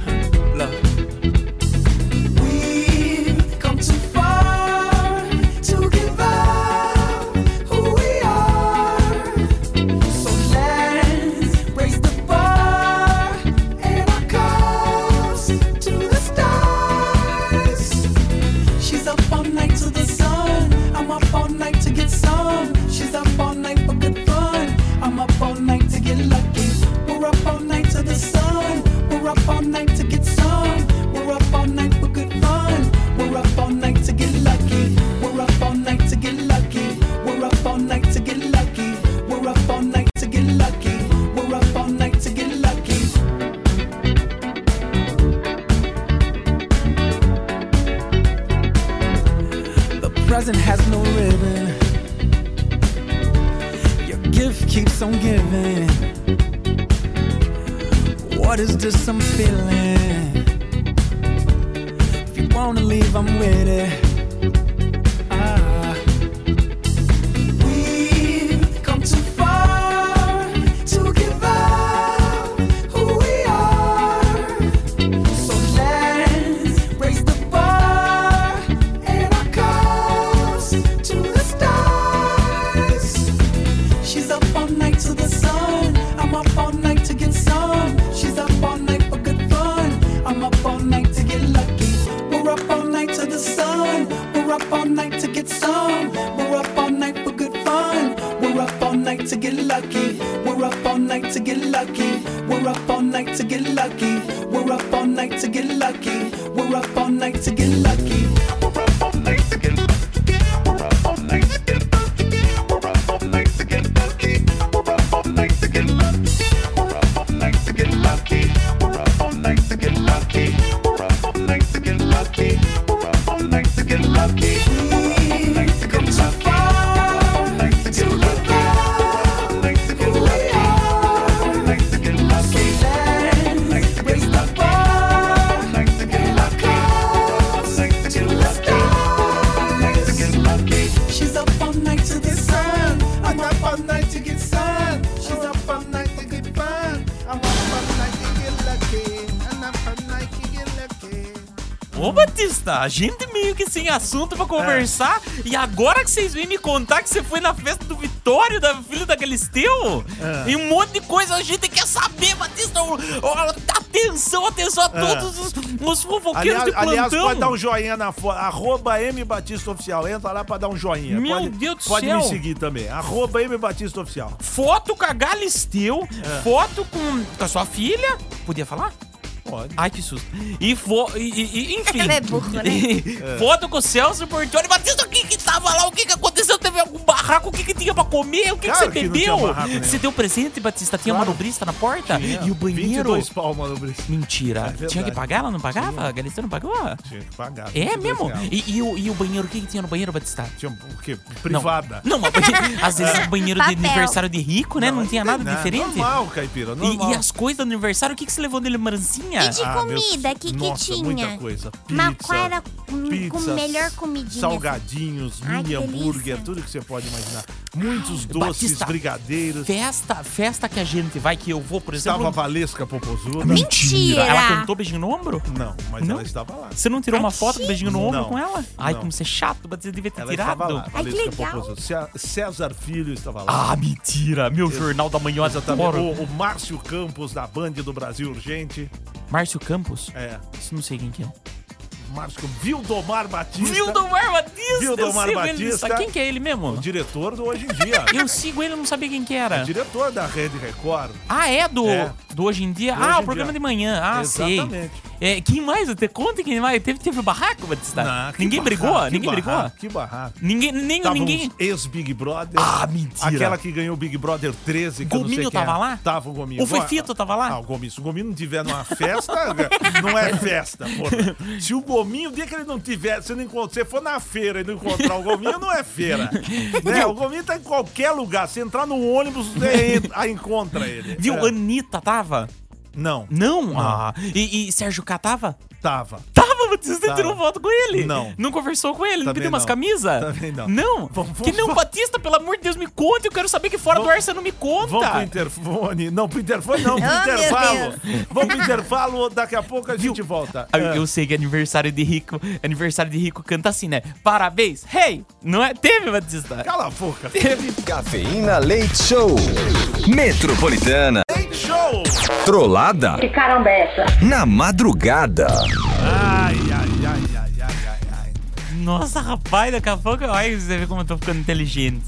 [SPEAKER 14] Huh. Look.
[SPEAKER 15] We've come too far to give up who we are. So let's raise the bar and our cups
[SPEAKER 14] keeps on giving. What is this I'm feeling? If you wanna leave, I'm with it. Ah.
[SPEAKER 15] We've come too far to give up who we are. So let's raise the bar and our cups to the stars. She's up all night to the sun. I'm up all night to get some. She's up all night for good fun. I'm up
[SPEAKER 14] Oh,
[SPEAKER 15] all night to get lucky. We're up all night to the sun. We're up all night to get some. We're up all night for good fun. We're up all night to get lucky. We're up all night to get lucky. We're up all night to get lucky. We're up all night to get lucky. We're up all night to get lucky. We're up all night to get lucky. We're up all night to get We're up all night to get We're up all night to get We're up all night to get lucky. We're up all night to get lucky. We're up all night to get lucky. We're up all night to get lucky. We're up all night to get lucky. We're up all night to get lucky. We're up all night to get lucky. We're up all night to get lucky. We're up all night to get lucky. We're up all night to get lucky. We're up all night to get lucky. We're up all night to get lucky. She's up all night to the sun. I'm up all night to get sun. She's up all night to get fun. I'm up all night to get lucky. And I'm up all night to get lucky.
[SPEAKER 7] Ô Batista, a gente meio que sem assunto pra conversar.
[SPEAKER 6] É.
[SPEAKER 7] E agora que vocês vêm me contar que você foi na festa do Vitório, da filho daquele teu,
[SPEAKER 6] É.
[SPEAKER 7] e um monte de coisa a gente quer saber, Batista. Ó, ó, atenção, atenção a
[SPEAKER 6] É.
[SPEAKER 7] todos os, os fofoqueiros de é
[SPEAKER 6] Aliás,
[SPEAKER 7] plantão.
[SPEAKER 6] aliás, pode dar um joinha na foto. Arroba M Batista Oficial. Entra lá pra dar um joinha.
[SPEAKER 7] Meu
[SPEAKER 6] pode,
[SPEAKER 7] Deus do
[SPEAKER 6] pode
[SPEAKER 7] céu.
[SPEAKER 6] me seguir também. Arroba M Batista Oficial.
[SPEAKER 7] Foto com a Galisteu,
[SPEAKER 6] É.
[SPEAKER 7] foto com, com a sua filha. Podia falar?
[SPEAKER 6] Pode.
[SPEAKER 7] Ai, que susto. E, fo e, e- e- enfim.
[SPEAKER 8] Ela é burra, né?
[SPEAKER 7] É. Foto com o Celso Portioli. Batista, o que que tava lá? O que que aconteceu? Teve algum barraco? O que que tinha pra comer? O que,
[SPEAKER 6] Claro
[SPEAKER 7] que você
[SPEAKER 6] que não
[SPEAKER 7] bebeu?
[SPEAKER 6] tinha barraco nenhum.
[SPEAKER 7] você deu presente, Batista? Tinha
[SPEAKER 6] Claro.
[SPEAKER 7] manobrista na porta?
[SPEAKER 6] Tinha.
[SPEAKER 7] E o banheiro?
[SPEAKER 6] 22 pau, manobrista.
[SPEAKER 7] Mentira.
[SPEAKER 6] É
[SPEAKER 7] tinha que
[SPEAKER 6] verdade.
[SPEAKER 7] pagar? Ela não pagava?
[SPEAKER 6] Tinha.
[SPEAKER 7] A Galisteu não pagou?
[SPEAKER 6] Tinha que pagar.
[SPEAKER 7] É
[SPEAKER 6] 22
[SPEAKER 7] mesmo?
[SPEAKER 6] reais.
[SPEAKER 7] E, e o, e o banheiro? O que que tinha no banheiro, Batista?
[SPEAKER 6] Tinha o quê? Privada. É.
[SPEAKER 7] Não, mas às vezes o banheiro de
[SPEAKER 8] Papel.
[SPEAKER 7] aniversário de rico, né? Não, tinha nada
[SPEAKER 6] Não, é
[SPEAKER 7] diferente.
[SPEAKER 6] Normal, Caipira.
[SPEAKER 7] E-
[SPEAKER 6] Normal. Ah,
[SPEAKER 7] E, as coisas do aniversário, o que, que você levou dele manzinha?
[SPEAKER 8] E de comida, que que
[SPEAKER 6] Nossa,
[SPEAKER 8] tinha?
[SPEAKER 6] muita coisa. Pizza,
[SPEAKER 8] Mas qual era a com- com
[SPEAKER 6] pizzas,
[SPEAKER 8] melhor comidinha?
[SPEAKER 7] assim.
[SPEAKER 6] Salgadinhos,
[SPEAKER 8] Ai,
[SPEAKER 6] mini
[SPEAKER 8] que
[SPEAKER 6] hambúrguer, tudo que você pode imaginar. Muitos doces,
[SPEAKER 7] Batista,
[SPEAKER 6] brigadeiros.
[SPEAKER 7] Festa, festa que a gente vai, que eu vou, por exemplo.
[SPEAKER 6] Estava a Valesca Popozuda.
[SPEAKER 8] Mentira!
[SPEAKER 7] Ela cantou beijinho no ombro?
[SPEAKER 6] Não, mas
[SPEAKER 7] Não?
[SPEAKER 6] ela estava lá.
[SPEAKER 7] Você não tirou uma foto do beijinho no ombro
[SPEAKER 6] Não,
[SPEAKER 7] com ela? Ai,
[SPEAKER 6] não.
[SPEAKER 7] como você é chato, mas você devia ter
[SPEAKER 6] Ela
[SPEAKER 7] tirado.
[SPEAKER 6] estava lá,
[SPEAKER 8] Ai, que
[SPEAKER 6] Valesca
[SPEAKER 8] legal.
[SPEAKER 6] Popozuda. Cé- César Filho estava lá.
[SPEAKER 7] Ah, mentira! Meu jornal da manhã
[SPEAKER 6] Exatamente.
[SPEAKER 7] adoro.
[SPEAKER 6] O, o Márcio Campos, da Band do Brasil Urgente.
[SPEAKER 7] Márcio Campos?
[SPEAKER 6] É,
[SPEAKER 7] Isso não sei quem que é.
[SPEAKER 6] Márcio Campos. Vildomar Batista.
[SPEAKER 7] Vildomar Batista! eu
[SPEAKER 6] Vildomar
[SPEAKER 7] sigo ele no
[SPEAKER 6] Batista.
[SPEAKER 7] Insta. Quem que é ele
[SPEAKER 6] O
[SPEAKER 7] mesmo?
[SPEAKER 6] diretor do Hoje em Dia.
[SPEAKER 7] Eu sigo ele, eu não sabia quem que
[SPEAKER 6] É
[SPEAKER 7] era.
[SPEAKER 6] diretor da Rede Record.
[SPEAKER 7] Ah, é do,
[SPEAKER 6] É.
[SPEAKER 7] do Hoje em Dia?
[SPEAKER 6] Do
[SPEAKER 7] ah,
[SPEAKER 6] Hoje
[SPEAKER 7] o
[SPEAKER 6] em
[SPEAKER 7] programa
[SPEAKER 6] Dia.
[SPEAKER 7] de manhã. Ah,
[SPEAKER 6] Exatamente.
[SPEAKER 7] sei. É, quem mais? Te conta quem mais. Teve, teve o barraco, Batista?
[SPEAKER 6] Ah, que
[SPEAKER 7] Tá. ninguém
[SPEAKER 6] barraco,
[SPEAKER 7] brigou?
[SPEAKER 6] que
[SPEAKER 7] Ninguém
[SPEAKER 6] barraco,
[SPEAKER 7] brigou?
[SPEAKER 6] Que barraco.
[SPEAKER 7] Ninguém, nem
[SPEAKER 6] Tava
[SPEAKER 7] ninguém.
[SPEAKER 6] uns ex-Big Brother.
[SPEAKER 7] Ah, mentira.
[SPEAKER 6] Aquela que ganhou o Big Brother 13, que eu não sei
[SPEAKER 7] Gominho
[SPEAKER 6] quem
[SPEAKER 7] tava
[SPEAKER 6] é.
[SPEAKER 7] lá?
[SPEAKER 6] Tava o Gominho.
[SPEAKER 7] Ou foi
[SPEAKER 6] Agora-
[SPEAKER 7] Fito tava lá?
[SPEAKER 6] Ah, o Gominho. Se o Gominho não tiver numa festa, não é festa, porra. Se o Gominho, o dia que ele não tiver, se, não encontra, se for na feira e não encontrar o Gominho, não é feira. né? O Gominho tá em qualquer lugar. Se entrar no ônibus, você en- a encontra ele.
[SPEAKER 7] Viu?
[SPEAKER 6] É.
[SPEAKER 7] Anitta tava?
[SPEAKER 6] Não,
[SPEAKER 7] Não? Ah. E, e Sérgio K tava?
[SPEAKER 6] tava.
[SPEAKER 7] Tava, Batista, você
[SPEAKER 6] Tava.
[SPEAKER 7] tirou foto com ele?
[SPEAKER 6] Não.
[SPEAKER 7] Não conversou com ele? não
[SPEAKER 6] Também
[SPEAKER 7] pediu umas
[SPEAKER 6] não.
[SPEAKER 7] camisas?
[SPEAKER 6] Também não.
[SPEAKER 7] Não?
[SPEAKER 6] Vamos-
[SPEAKER 7] que não,
[SPEAKER 6] vamos-
[SPEAKER 7] Batista, pelo amor de Deus, me conta. Eu quero saber que fora do
[SPEAKER 6] Vamos-
[SPEAKER 7] ar você não me conta.
[SPEAKER 6] Vamos pro interfone. Não, pro interfone não, pro
[SPEAKER 8] Oh, meu
[SPEAKER 6] intervalo. Vamos pro intervalo, daqui a pouco a gente volta. É.
[SPEAKER 7] Ah, Eu, eu sei que aniversário de rico, aniversário de rico canta assim, né? Parabéns, hey! Não é? Teve, Batista?
[SPEAKER 6] Cala a boca.
[SPEAKER 7] Teve.
[SPEAKER 5] Cafeína Leite Show. Metropolitana.
[SPEAKER 6] Leite Show!
[SPEAKER 5] Trollada
[SPEAKER 16] Caramba, essa.
[SPEAKER 5] na madrugada.
[SPEAKER 6] Ai, ai, ai, ai, ai, ai, ai.
[SPEAKER 7] Nossa, rapaz, daqui a pouco. Olha, você vê como eu tô ficando inteligente.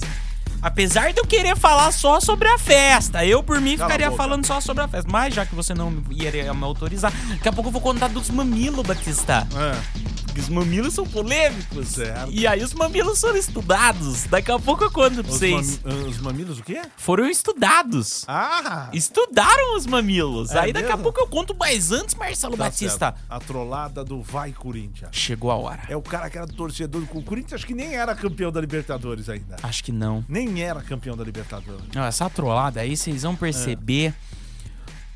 [SPEAKER 7] Apesar de eu querer falar só sobre a festa, eu por mim
[SPEAKER 6] Cala a
[SPEAKER 7] ficaria
[SPEAKER 6] boca.
[SPEAKER 7] falando só sobre a festa. Mas já que você não iria me autorizar, daqui a pouco eu vou contar dos mamilos, Batista.
[SPEAKER 6] É.
[SPEAKER 7] Porque os mamilos são polêmicos. E aí os mamilos foram estudados. Daqui a pouco eu conto pra
[SPEAKER 6] Os
[SPEAKER 7] vocês.
[SPEAKER 6] mami- eh, os mamilos o quê?
[SPEAKER 7] Foram estudados.
[SPEAKER 6] Ah!
[SPEAKER 7] Estudaram os mamilos.
[SPEAKER 6] É
[SPEAKER 7] aí daqui a
[SPEAKER 6] mesmo?
[SPEAKER 7] pouco eu conto mais antes, Marcelo
[SPEAKER 6] Tá
[SPEAKER 7] Batista.
[SPEAKER 6] certo. A trollada do Vai Corinthians.
[SPEAKER 7] Chegou a hora.
[SPEAKER 6] É o cara que era torcedor com o Corinthians, acho que nem era campeão da Libertadores ainda.
[SPEAKER 7] Acho que não.
[SPEAKER 6] Nem era campeão da Libertadores.
[SPEAKER 7] Não, essa trollada aí, vocês vão perceber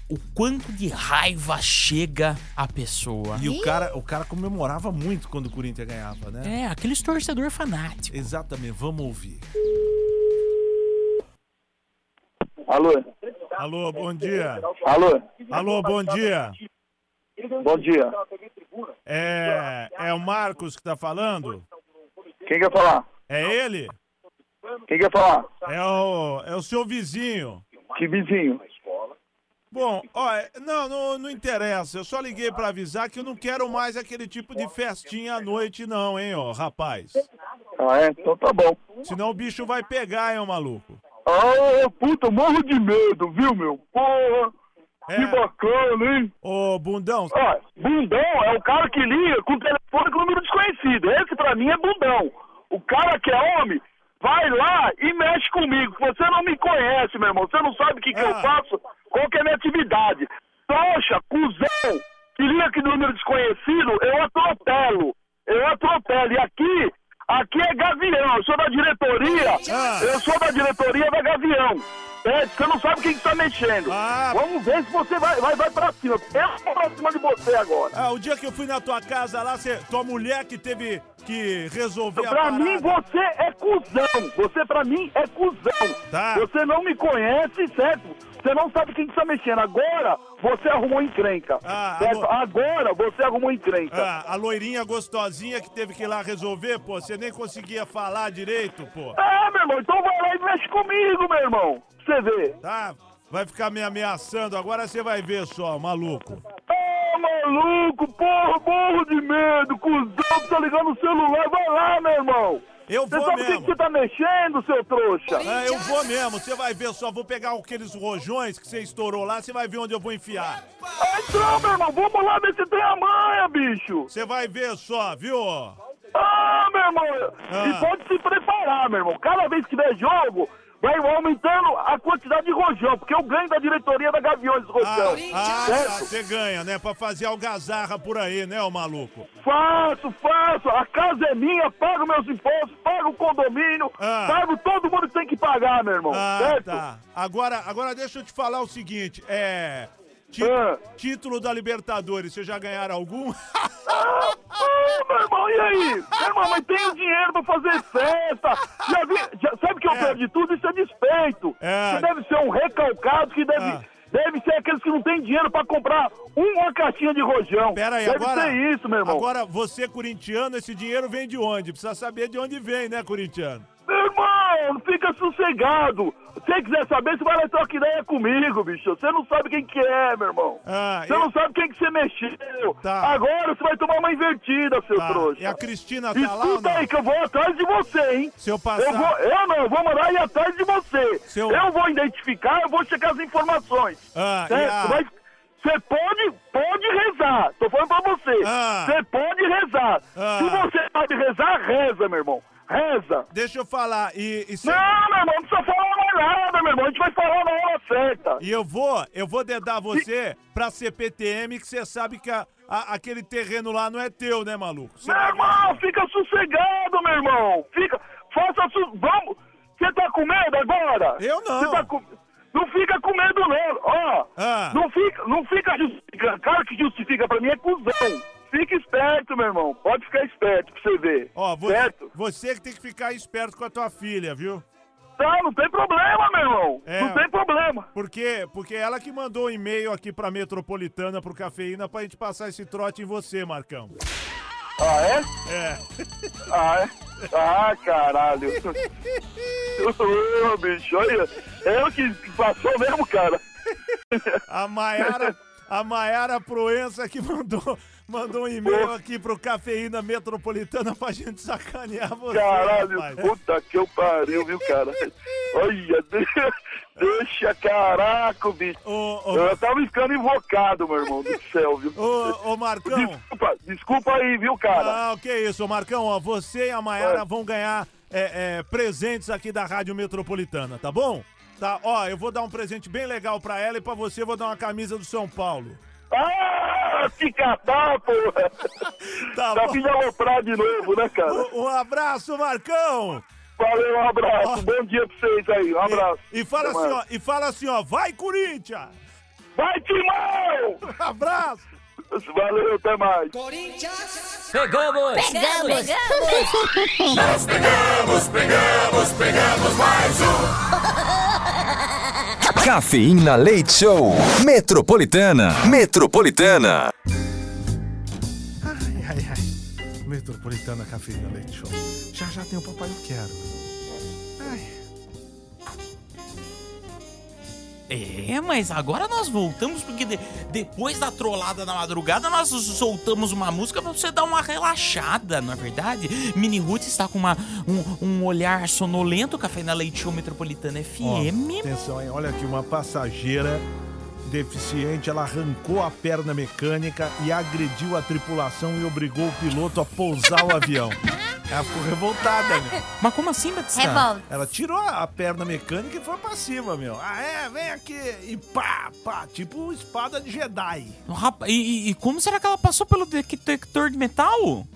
[SPEAKER 7] o quanto de raiva chega a pessoa.
[SPEAKER 6] E o cara, o cara comemorava muito quando o Corinthians ganhava, né?
[SPEAKER 7] É, aqueles torcedor fanático.
[SPEAKER 6] Exatamente, vamos ouvir.
[SPEAKER 12] Alô?
[SPEAKER 6] Alô, bom dia.
[SPEAKER 12] Alô?
[SPEAKER 6] Alô, bom dia.
[SPEAKER 12] Bom dia.
[SPEAKER 6] É, é o Marcos que tá falando?
[SPEAKER 12] Quem quer falar?
[SPEAKER 6] É ele?
[SPEAKER 12] Quem quer falar?
[SPEAKER 6] É o, é o seu vizinho.
[SPEAKER 12] Que vizinho?
[SPEAKER 6] Bom, ó, é- não, não, não interessa. Eu só liguei pra avisar que eu não quero mais aquele tipo de festinha à noite, não, hein, ó, rapaz.
[SPEAKER 12] Ah, é? Então tá bom.
[SPEAKER 6] Senão o bicho vai pegar, hein, ô maluco.
[SPEAKER 12] Ah, puta, morro de medo, viu, meu? Porra!
[SPEAKER 6] Que
[SPEAKER 12] bacana, hein?
[SPEAKER 6] É, Ô, bundão.
[SPEAKER 12] Ó, bundão é o cara que liga com telefone com número desconhecido. Esse pra mim é bundão. O cara que é homem, vai lá e mexe comigo. Você não me conhece, meu irmão. Você não sabe o que, que eu faço, qual que é a minha atividade. Tocha, cuzão, que liga com número desconhecido, eu atropelo. Eu atropelo. E aqui, aqui é Gavião. Eu sou da diretoria. Eu sou da diretoria da Gavião. É, você não sabe quem que tá mexendo. Vamos ver se você vai, vai, vai pra cima. Eu vou pra cima de você agora.
[SPEAKER 6] Ah, o dia que eu fui na tua casa lá, cê, tua mulher que teve que resolver a
[SPEAKER 12] Pra mim você é cuzão. Você pra mim é cuzão.
[SPEAKER 6] Tá.
[SPEAKER 12] Você não me conhece, certo? Você não sabe quem que tá mexendo. Agora você arrumou encrenca. certo? Agora você arrumou encrenca.
[SPEAKER 6] Ah, a loirinha gostosinha que teve que ir lá resolver, pô, você nem conseguia falar direito, pô.
[SPEAKER 12] Ah, meu irmão, então vai lá e mexe comigo, meu irmão. Pra você ver.
[SPEAKER 6] Tá, vai ficar me ameaçando, agora você vai ver só, maluco.
[SPEAKER 12] Ô, Tá maluco, porra, morro de medo, cuzão, que tá ligando o celular, vai lá, meu irmão.
[SPEAKER 6] Eu
[SPEAKER 12] Você
[SPEAKER 6] vou
[SPEAKER 12] sabe o que
[SPEAKER 6] mesmo.
[SPEAKER 12] que você tá mexendo, seu trouxa?
[SPEAKER 6] Ah, eu vou mesmo, você vai ver só, vou pegar aqueles rojões que você estourou lá, você vai ver onde eu vou enfiar.
[SPEAKER 12] Então, meu irmão, vamos lá ver se tem a manha, bicho.
[SPEAKER 6] Você vai ver só, viu?
[SPEAKER 12] Ah, meu irmão,
[SPEAKER 6] Ah.
[SPEAKER 12] e pode se preparar, meu irmão. Cada vez que der jogo, vai aumentando a quantidade de rojão, porque eu ganho da diretoria da Gaviões, rojão.
[SPEAKER 6] Ah,
[SPEAKER 12] certo?
[SPEAKER 6] tá, você ganha, né? Pra fazer algazarra por aí, né, ô maluco?
[SPEAKER 12] Faço, faço. A casa é minha, pago meus impostos, pago o condomínio, pago todo mundo que tem que pagar, meu irmão.
[SPEAKER 6] Ah,
[SPEAKER 12] certo?
[SPEAKER 6] tá. Agora, agora deixa eu te falar o seguinte, é... ti- Título da Libertadores, vocês já ganharam algum?
[SPEAKER 12] Ah, meu irmão, e aí? Meu irmão, mas tenho dinheiro pra fazer festa. Já vi, já- sabe que eu perdi tudo? Isso é despeito.
[SPEAKER 6] É.
[SPEAKER 12] Você deve ser um recalcado que deve,
[SPEAKER 6] Ah.
[SPEAKER 12] deve ser aqueles que não tem dinheiro pra comprar uma caixinha de rojão.
[SPEAKER 6] Pera aí,
[SPEAKER 12] deve
[SPEAKER 6] agora.
[SPEAKER 12] ser isso, meu irmão.
[SPEAKER 6] Agora, você, corintiano, esse dinheiro vem de onde? Precisa saber de onde vem, né, corintiano?
[SPEAKER 12] Meu irmão, fica sossegado. Se você quiser saber, você vai lá e troca ideia comigo, bicho. Você não sabe quem que é, meu irmão.
[SPEAKER 6] Ah,
[SPEAKER 12] você não sabe quem que você mexeu. Agora você vai tomar uma invertida, seu trouxa.
[SPEAKER 6] Tá. E a Cristina tá lá ou
[SPEAKER 12] Escuta
[SPEAKER 6] não?
[SPEAKER 12] aí que eu vou atrás de você, hein?
[SPEAKER 6] Se eu passar-
[SPEAKER 12] Eu, vou- eu não, eu vou mandar ir atrás de você.
[SPEAKER 6] Se eu-
[SPEAKER 12] eu vou identificar, eu vou checar as informações.
[SPEAKER 6] Ah,
[SPEAKER 12] certo?
[SPEAKER 6] e a-
[SPEAKER 12] Mas você pode, pode rezar. Tô falando pra você.
[SPEAKER 6] Ah.
[SPEAKER 12] Você pode rezar.
[SPEAKER 6] Ah.
[SPEAKER 12] Se você sabe rezar, reza, meu irmão. Reza.
[SPEAKER 6] Deixa eu falar. E, e se-
[SPEAKER 12] Não, meu irmão, não precisa falar mais nada, meu irmão. A gente vai falar na hora certa.
[SPEAKER 6] E eu vou, eu vou dedar você pra CPTM, que você sabe que a- a- aquele terreno lá não é teu, né, maluco? Cê-
[SPEAKER 12] Meu irmão, fica sossegado, meu irmão. Fica. Faça. Su... Vamos. Você tá com medo agora? Eu não. Não fica com medo, não. Ó. Não fica, não fica justificando. Cara que justifica pra mim é cuzão. Fica esperto, meu irmão. Pode ficar esperto pra você ver.
[SPEAKER 6] Ó, vo-
[SPEAKER 12] Certo?
[SPEAKER 6] você que tem que ficar esperto com a tua filha, viu?
[SPEAKER 12] Não, não tem problema, meu irmão. Não tem problema.
[SPEAKER 6] Porque, porque ela que mandou o e-mail aqui pra Metropolitana, pro Cafeína, pra gente passar esse trote em você, Marcão.
[SPEAKER 12] Ah, é?
[SPEAKER 6] É.
[SPEAKER 12] Ah, é? Ah, caralho. Ô, bicho, olha. é Eu que passou mesmo, cara.
[SPEAKER 6] A Maiara, a Maiara Proença que mandou Mandou um e-mail aqui pro Cafeína Metropolitana pra gente sacanear você.
[SPEAKER 12] Caralho,
[SPEAKER 6] rapaz.
[SPEAKER 12] puta que eu pariu, viu, cara? Olha, de- deixa, caraca, bicho.
[SPEAKER 6] ô.
[SPEAKER 12] Eu tava ficando invocado, meu irmão do céu, viu?
[SPEAKER 6] Ô, ô, Marcão.
[SPEAKER 12] Desculpa, desculpa aí, viu, cara?
[SPEAKER 6] Ah, o que é isso, Marcão? Ó, você e a Mayara vão ganhar é, é, presentes aqui da Rádio Metropolitana, tá bom? Tá, ó, eu vou dar um presente bem legal pra ela e pra você eu vou dar uma camisa do São Paulo.
[SPEAKER 12] Ah, se catar, porra!
[SPEAKER 6] Tá,
[SPEAKER 12] Tá
[SPEAKER 6] bom.
[SPEAKER 12] vindo aloprar de novo, né, cara?
[SPEAKER 6] Um abraço, Marcão!
[SPEAKER 12] Valeu, um abraço.
[SPEAKER 6] Ó.
[SPEAKER 12] Bom dia pra vocês aí, um abraço.
[SPEAKER 6] E, e fala
[SPEAKER 12] Até
[SPEAKER 6] assim, ó,
[SPEAKER 12] mais.
[SPEAKER 6] e fala assim, ó, vai, Corinthians!
[SPEAKER 12] Vai, Timão!
[SPEAKER 6] abraço!
[SPEAKER 12] Valeu, até mais.
[SPEAKER 15] Pegamos!
[SPEAKER 7] Tá
[SPEAKER 1] Pegamos!
[SPEAKER 15] Nós pegamos, pegamos, pegamos mais um!
[SPEAKER 5] Cafeína Leite Show. Metropolitana. Metropolitana.
[SPEAKER 6] Ai, ai, ai. Metropolitana Cafeína Leite Show. Já já tem o Papai Eu Quero.
[SPEAKER 7] É, mas agora nós voltamos, porque de- depois da trollada na madrugada, nós soltamos uma música pra você dar uma relaxada, não é verdade? Mini Ruth está com uma, um, um olhar sonolento, Café na Leite Show Metropolitana
[SPEAKER 6] Ó,
[SPEAKER 7] FM.
[SPEAKER 6] atenção, hein? Olha aqui, uma passageira deficiente, ela arrancou a perna mecânica e agrediu a tripulação e obrigou o piloto a pousar o avião. Ela ficou revoltada, né?
[SPEAKER 7] Mas como assim, Batista?
[SPEAKER 8] É
[SPEAKER 6] Revolta. Ela tirou a perna mecânica e foi pra cima, meu. Ah, é? Vem aqui! E pá, pá! Tipo espada de Jedi.
[SPEAKER 7] Rapaz, e, e- e como será que ela passou pelo detector de metal?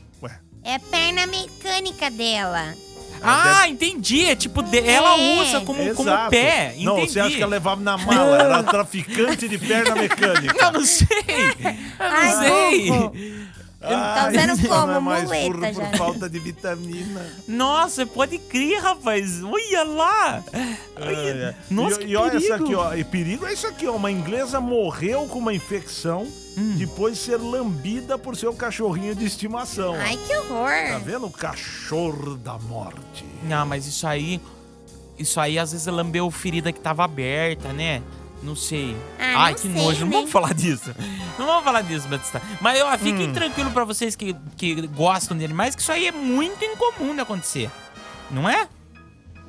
[SPEAKER 8] É a perna mecânica dela.
[SPEAKER 7] Ah, entendi. É tipo, de- ela
[SPEAKER 8] É.
[SPEAKER 7] usa como, como
[SPEAKER 6] Exato.
[SPEAKER 7] pé.
[SPEAKER 6] Não,
[SPEAKER 7] entendi.
[SPEAKER 6] você acha que ela é- levava na mala? Era traficante de perna mecânica.
[SPEAKER 7] Eu não sei. Eu não
[SPEAKER 6] Ai,
[SPEAKER 7] sei.
[SPEAKER 6] bobo.
[SPEAKER 7] Tá
[SPEAKER 6] Ai,
[SPEAKER 7] usando
[SPEAKER 6] isso
[SPEAKER 7] como
[SPEAKER 6] não é mais
[SPEAKER 7] muleta
[SPEAKER 6] burro
[SPEAKER 7] já.
[SPEAKER 6] por falta de vitamina.
[SPEAKER 7] Nossa, pode crer, rapaz. Olha lá.
[SPEAKER 6] Ai, ai.
[SPEAKER 7] Nossa,
[SPEAKER 6] e,
[SPEAKER 7] que
[SPEAKER 6] e olha isso
[SPEAKER 7] perigo.
[SPEAKER 6] aqui, ó. E perigo é isso aqui, ó. Uma inglesa morreu com uma infecção
[SPEAKER 7] Hum.
[SPEAKER 6] depois de ser lambida por seu cachorrinho de estimação. ó.
[SPEAKER 8] Ai, que horror.
[SPEAKER 6] Tá vendo? O cachorro da morte.
[SPEAKER 7] Não, Ah, mas isso aí. Isso aí às vezes lambeu ferida que tava aberta, né? Não sei.
[SPEAKER 8] Ah,
[SPEAKER 7] Ai,
[SPEAKER 8] não
[SPEAKER 7] que
[SPEAKER 8] sei,
[SPEAKER 7] nojo. Não
[SPEAKER 8] né?
[SPEAKER 7] vamos falar disso. Não vamos falar disso, Batista. Mas ó, fiquem
[SPEAKER 6] Hum.
[SPEAKER 7] tranquilos pra vocês que, que gostam de animais, que isso aí é muito incomum de acontecer. Não é?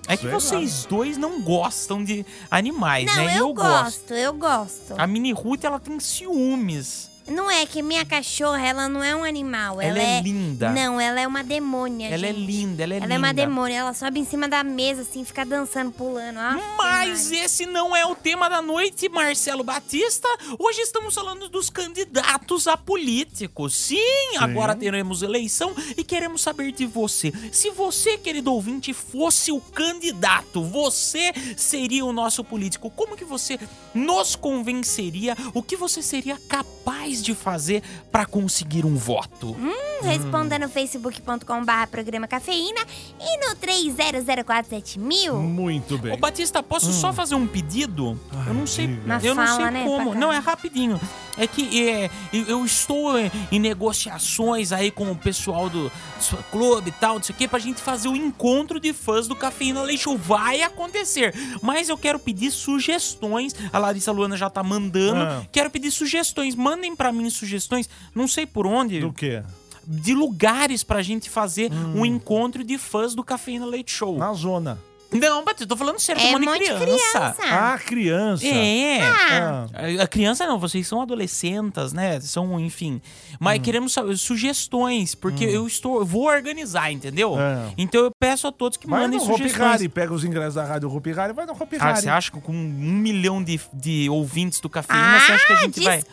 [SPEAKER 7] É que
[SPEAKER 8] Sei lá.
[SPEAKER 7] vocês dois não gostam de animais,
[SPEAKER 8] Não,
[SPEAKER 7] né? E
[SPEAKER 8] eu,
[SPEAKER 7] gosto. Ah.
[SPEAKER 8] gosto, eu gosto.
[SPEAKER 7] A Mini Ruth, ela tem ciúmes.
[SPEAKER 8] Não é que minha cachorra, ela não é um animal.
[SPEAKER 7] Ela
[SPEAKER 8] Ela,
[SPEAKER 7] é linda.
[SPEAKER 8] Não, ela é uma demônia,
[SPEAKER 7] Ela é
[SPEAKER 8] gente.
[SPEAKER 7] linda, ela é
[SPEAKER 8] Ela é uma
[SPEAKER 7] linda.
[SPEAKER 8] demônia. Ela sobe em cima da mesa, assim, fica dançando, pulando. Ah, ó.
[SPEAKER 7] Mas esse não é o tema da noite, Marcelo Batista. Hoje estamos falando dos candidatos a políticos. Sim, agora teremos eleição e queremos saber de você. Se você, querido ouvinte, fosse o candidato, você seria o nosso político. Como que você nos convenceria? O que você seria capaz de fazer para conseguir um voto?
[SPEAKER 8] Hum, responda no facebook.com.br programa cafeína e no
[SPEAKER 7] Hum.
[SPEAKER 8] 30047000.
[SPEAKER 6] Muito bem.
[SPEAKER 7] Ô, Batista, posso
[SPEAKER 6] Hum.
[SPEAKER 7] só fazer um pedido? eu não sei,
[SPEAKER 8] Na
[SPEAKER 7] eu não
[SPEAKER 8] fala,
[SPEAKER 7] sei
[SPEAKER 8] né,
[SPEAKER 7] como.
[SPEAKER 8] pra
[SPEAKER 7] Não, é rapidinho. É que é, eu eu estou é, em negociações aí com o pessoal do, do clube e tal, não sei o quê, pra gente fazer o encontro de fãs do Cafeína Leite Show. Vai acontecer. Mas eu quero pedir sugestões. A Larissa Luana já tá mandando.
[SPEAKER 6] Ah.
[SPEAKER 7] Quero pedir sugestões. Mandem pra mim sugestões. Não sei por onde
[SPEAKER 6] Do Hum. quê?
[SPEAKER 7] de lugares pra gente fazer um encontro de fãs do Cafeína Leite
[SPEAKER 6] Ah,
[SPEAKER 7] Show. Na
[SPEAKER 6] zona.
[SPEAKER 7] Não, Patrícia, tô falando sério,
[SPEAKER 8] É
[SPEAKER 7] tô falando
[SPEAKER 8] um monte de
[SPEAKER 7] criança.
[SPEAKER 8] criança. Ah,
[SPEAKER 6] criança.
[SPEAKER 7] É.
[SPEAKER 6] Ah.
[SPEAKER 7] A- A criança não, vocês são adolescentas, né? São, enfim. Mas
[SPEAKER 6] Hum.
[SPEAKER 7] queremos saber sugestões, porque eu estou, eu vou organizar, entendeu?
[SPEAKER 6] É.
[SPEAKER 7] Então eu peço a todos que
[SPEAKER 6] Vai
[SPEAKER 7] mandem
[SPEAKER 6] no Hopi
[SPEAKER 7] sugestões.
[SPEAKER 6] Hari, pega os ingressos da rádio Hopi Hari, vai no Hopi
[SPEAKER 7] Ah,
[SPEAKER 6] Hari.
[SPEAKER 7] você acha que com um milhão de, de ouvintes do Cafeína, Ah, você acha que a
[SPEAKER 8] Ah,
[SPEAKER 7] gente vai...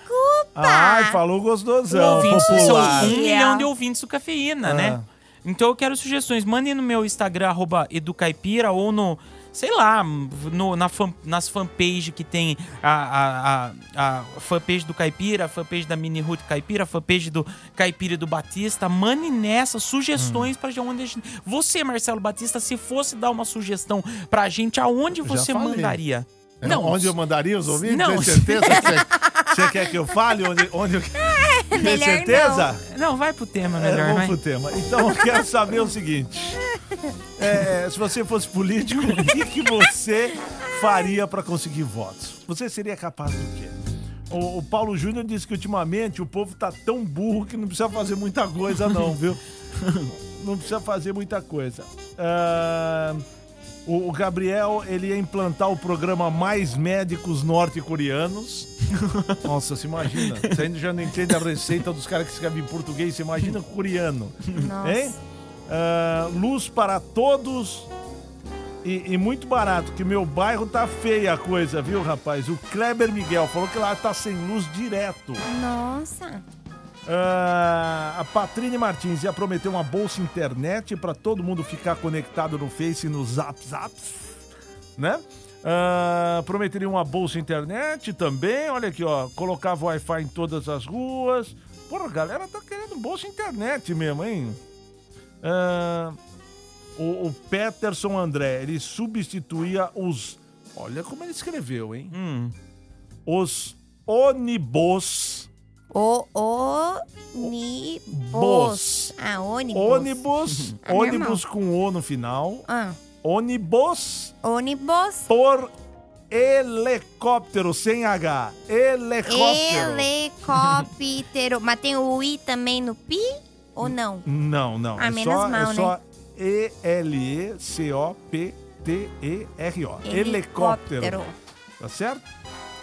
[SPEAKER 6] Ai, falou gostosão,
[SPEAKER 7] Ouvintes, são
[SPEAKER 6] popular.
[SPEAKER 7] um milhão
[SPEAKER 8] É.
[SPEAKER 7] de ouvintes do Cafeína,
[SPEAKER 6] Ah.
[SPEAKER 7] né? Então eu quero sugestões. Mandem no meu Instagram, arroba educaipira, ou no, sei lá, no, na fan- nas fanpage que tem a, a, a, a fanpage do Caipira, a fanpage da Mini Ruth Caipira, a fanpage do Caipira e do Batista. Mandem nessas sugestões
[SPEAKER 6] Hum.
[SPEAKER 7] pra onde a gente... Você, Marcelo Batista, se fosse dar uma sugestão pra gente, aonde
[SPEAKER 6] Já
[SPEAKER 7] você
[SPEAKER 6] falei.
[SPEAKER 7] mandaria?
[SPEAKER 6] É, Onde eu mandaria os ouvintes?
[SPEAKER 7] Não.
[SPEAKER 6] Tem certeza que você- você quer que eu fale? Onde, onde eu... Tem certeza?
[SPEAKER 7] É, Não, vai pro tema,
[SPEAKER 6] É,
[SPEAKER 7] melhor,
[SPEAKER 6] vamos
[SPEAKER 7] vai.
[SPEAKER 6] pro tema. Então eu quero saber o seguinte: É, se você fosse político, o que, que você faria pra conseguir votos? Você seria capaz do quê? O, o Paulo Júnior disse que ultimamente o povo tá tão burro que não precisa fazer muita coisa, não, viu? não precisa fazer muita coisa. Ah, o, o Gabriel, ele ia implantar o programa Mais Médicos Norte-Coreanos. Nossa, se imagina. Você ainda já não entende a receita dos caras que escrevem em português, você imagina coreano.
[SPEAKER 15] Nossa.
[SPEAKER 6] Hein? Ah, luz para todos e, e muito barato, que meu bairro tá feia a coisa, viu, rapaz? O Kleber Miguel falou que lá tá sem luz direto.
[SPEAKER 8] Nossa.
[SPEAKER 6] Ah, a Patrine Martins ia prometer uma bolsa internet para todo mundo ficar conectado no Face e no Zap Zaps, né? Ah, prometeria uma bolsa internet também, olha aqui, ó. Colocava Wi-Fi em todas as ruas. Porra, a galera tá querendo bolsa internet mesmo, hein? Ah, o, o Peterson André, ele substituía os. Olha como ele escreveu, hein? Os ônibus.
[SPEAKER 8] O, ônibus.
[SPEAKER 6] Bus.
[SPEAKER 8] Ah, ônibus.
[SPEAKER 6] Ônibus.
[SPEAKER 8] Ah, meu
[SPEAKER 6] ônibus com O no final.
[SPEAKER 8] Ah.
[SPEAKER 6] Ônibus.
[SPEAKER 8] Ônibus.
[SPEAKER 6] Por helicóptero, sem H. Helicóptero.
[SPEAKER 8] Helicóptero. Mas tem o I também no pi ou não?
[SPEAKER 6] Não, não.
[SPEAKER 8] Ah,
[SPEAKER 6] é
[SPEAKER 8] menos
[SPEAKER 6] só,
[SPEAKER 8] mal,
[SPEAKER 6] é só E-L-E-C-O-P-T-E-R-O.
[SPEAKER 8] Helicóptero.
[SPEAKER 6] Helicóptero. Tá certo?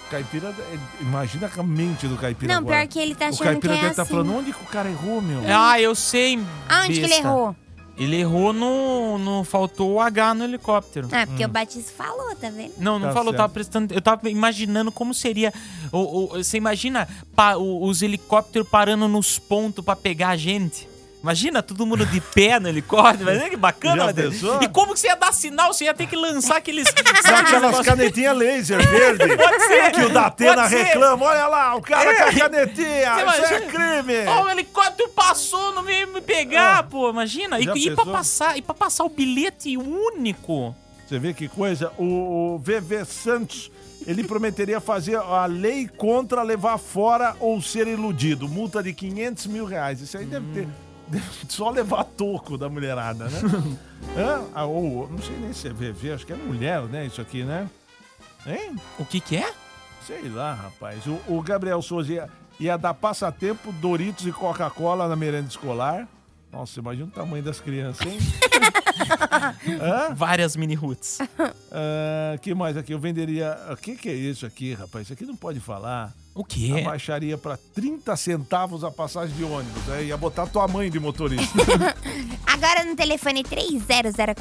[SPEAKER 6] Caipira, é, imagina a mente do Caipira
[SPEAKER 8] Não,
[SPEAKER 6] agora.
[SPEAKER 8] pior que ele tá achando
[SPEAKER 6] O Caipira
[SPEAKER 8] que é
[SPEAKER 6] deve tá
[SPEAKER 8] assim. É,
[SPEAKER 6] falando, onde que o cara errou, meu?
[SPEAKER 7] Ah, eu sei.
[SPEAKER 8] Aonde que ele
[SPEAKER 7] besta.
[SPEAKER 8] errou?
[SPEAKER 7] Ele errou no. no faltou o H no helicóptero.
[SPEAKER 8] Ah, porque o Batista falou, tá vendo?
[SPEAKER 7] Não, não
[SPEAKER 8] Tá
[SPEAKER 7] falou, eu
[SPEAKER 8] certo.
[SPEAKER 7] tava prestando. Eu tava imaginando como seria. o- o- você imagina pa- o- os helicópteros parando nos pontos pra pegar a gente? Imagina todo mundo de pé no helicóptero. Imagina que
[SPEAKER 6] Já
[SPEAKER 7] bacana, né?
[SPEAKER 6] pensou?
[SPEAKER 7] E como que você ia dar sinal? Você ia ter que lançar aqueles. sabe aqueles
[SPEAKER 6] Aquelas
[SPEAKER 7] negócios-
[SPEAKER 6] canetinhas laser verde.
[SPEAKER 7] Pode ser.
[SPEAKER 6] Que o Datena
[SPEAKER 7] Pode ser.
[SPEAKER 6] reclama. Olha lá, o cara
[SPEAKER 7] É.
[SPEAKER 6] com a canetinha.
[SPEAKER 7] Você
[SPEAKER 6] Isso é
[SPEAKER 7] imagina?
[SPEAKER 6] crime.
[SPEAKER 7] Ó, o helicóptero passou, não veio me pegar, pô, imagina. E,
[SPEAKER 6] Já
[SPEAKER 7] e, pra
[SPEAKER 6] pensou?
[SPEAKER 7] passar, e pra passar o bilhete único?
[SPEAKER 6] Você vê que coisa? O, o VV Santos, ele prometeria fazer a lei contra levar fora ou ser iludido. Multa de 500 mil reais. Isso aí deve
[SPEAKER 7] Hum.
[SPEAKER 6] ter... deve Só levar toco da mulherada, né? Hã? Ah, ou, não sei nem se é VV, acho que é mulher, né? Isso aqui, né? Hein?
[SPEAKER 7] O que que é?
[SPEAKER 6] Sei lá, rapaz. O, o Gabriel Souza ia, ia dar passatempo, Doritos e Coca-Cola na merenda escolar. Nossa, imagina o tamanho das crianças, hein?
[SPEAKER 7] Várias mini roots.
[SPEAKER 6] Ah, que mais aqui? Eu venderia. O que, que é isso aqui, rapaz? Isso aqui não pode falar.
[SPEAKER 7] O quê?
[SPEAKER 6] Abaixaria pra 30 centavos a passagem de ônibus. Aí ia botar tua mãe de motorista.
[SPEAKER 8] Agora no telefone 3004 7000.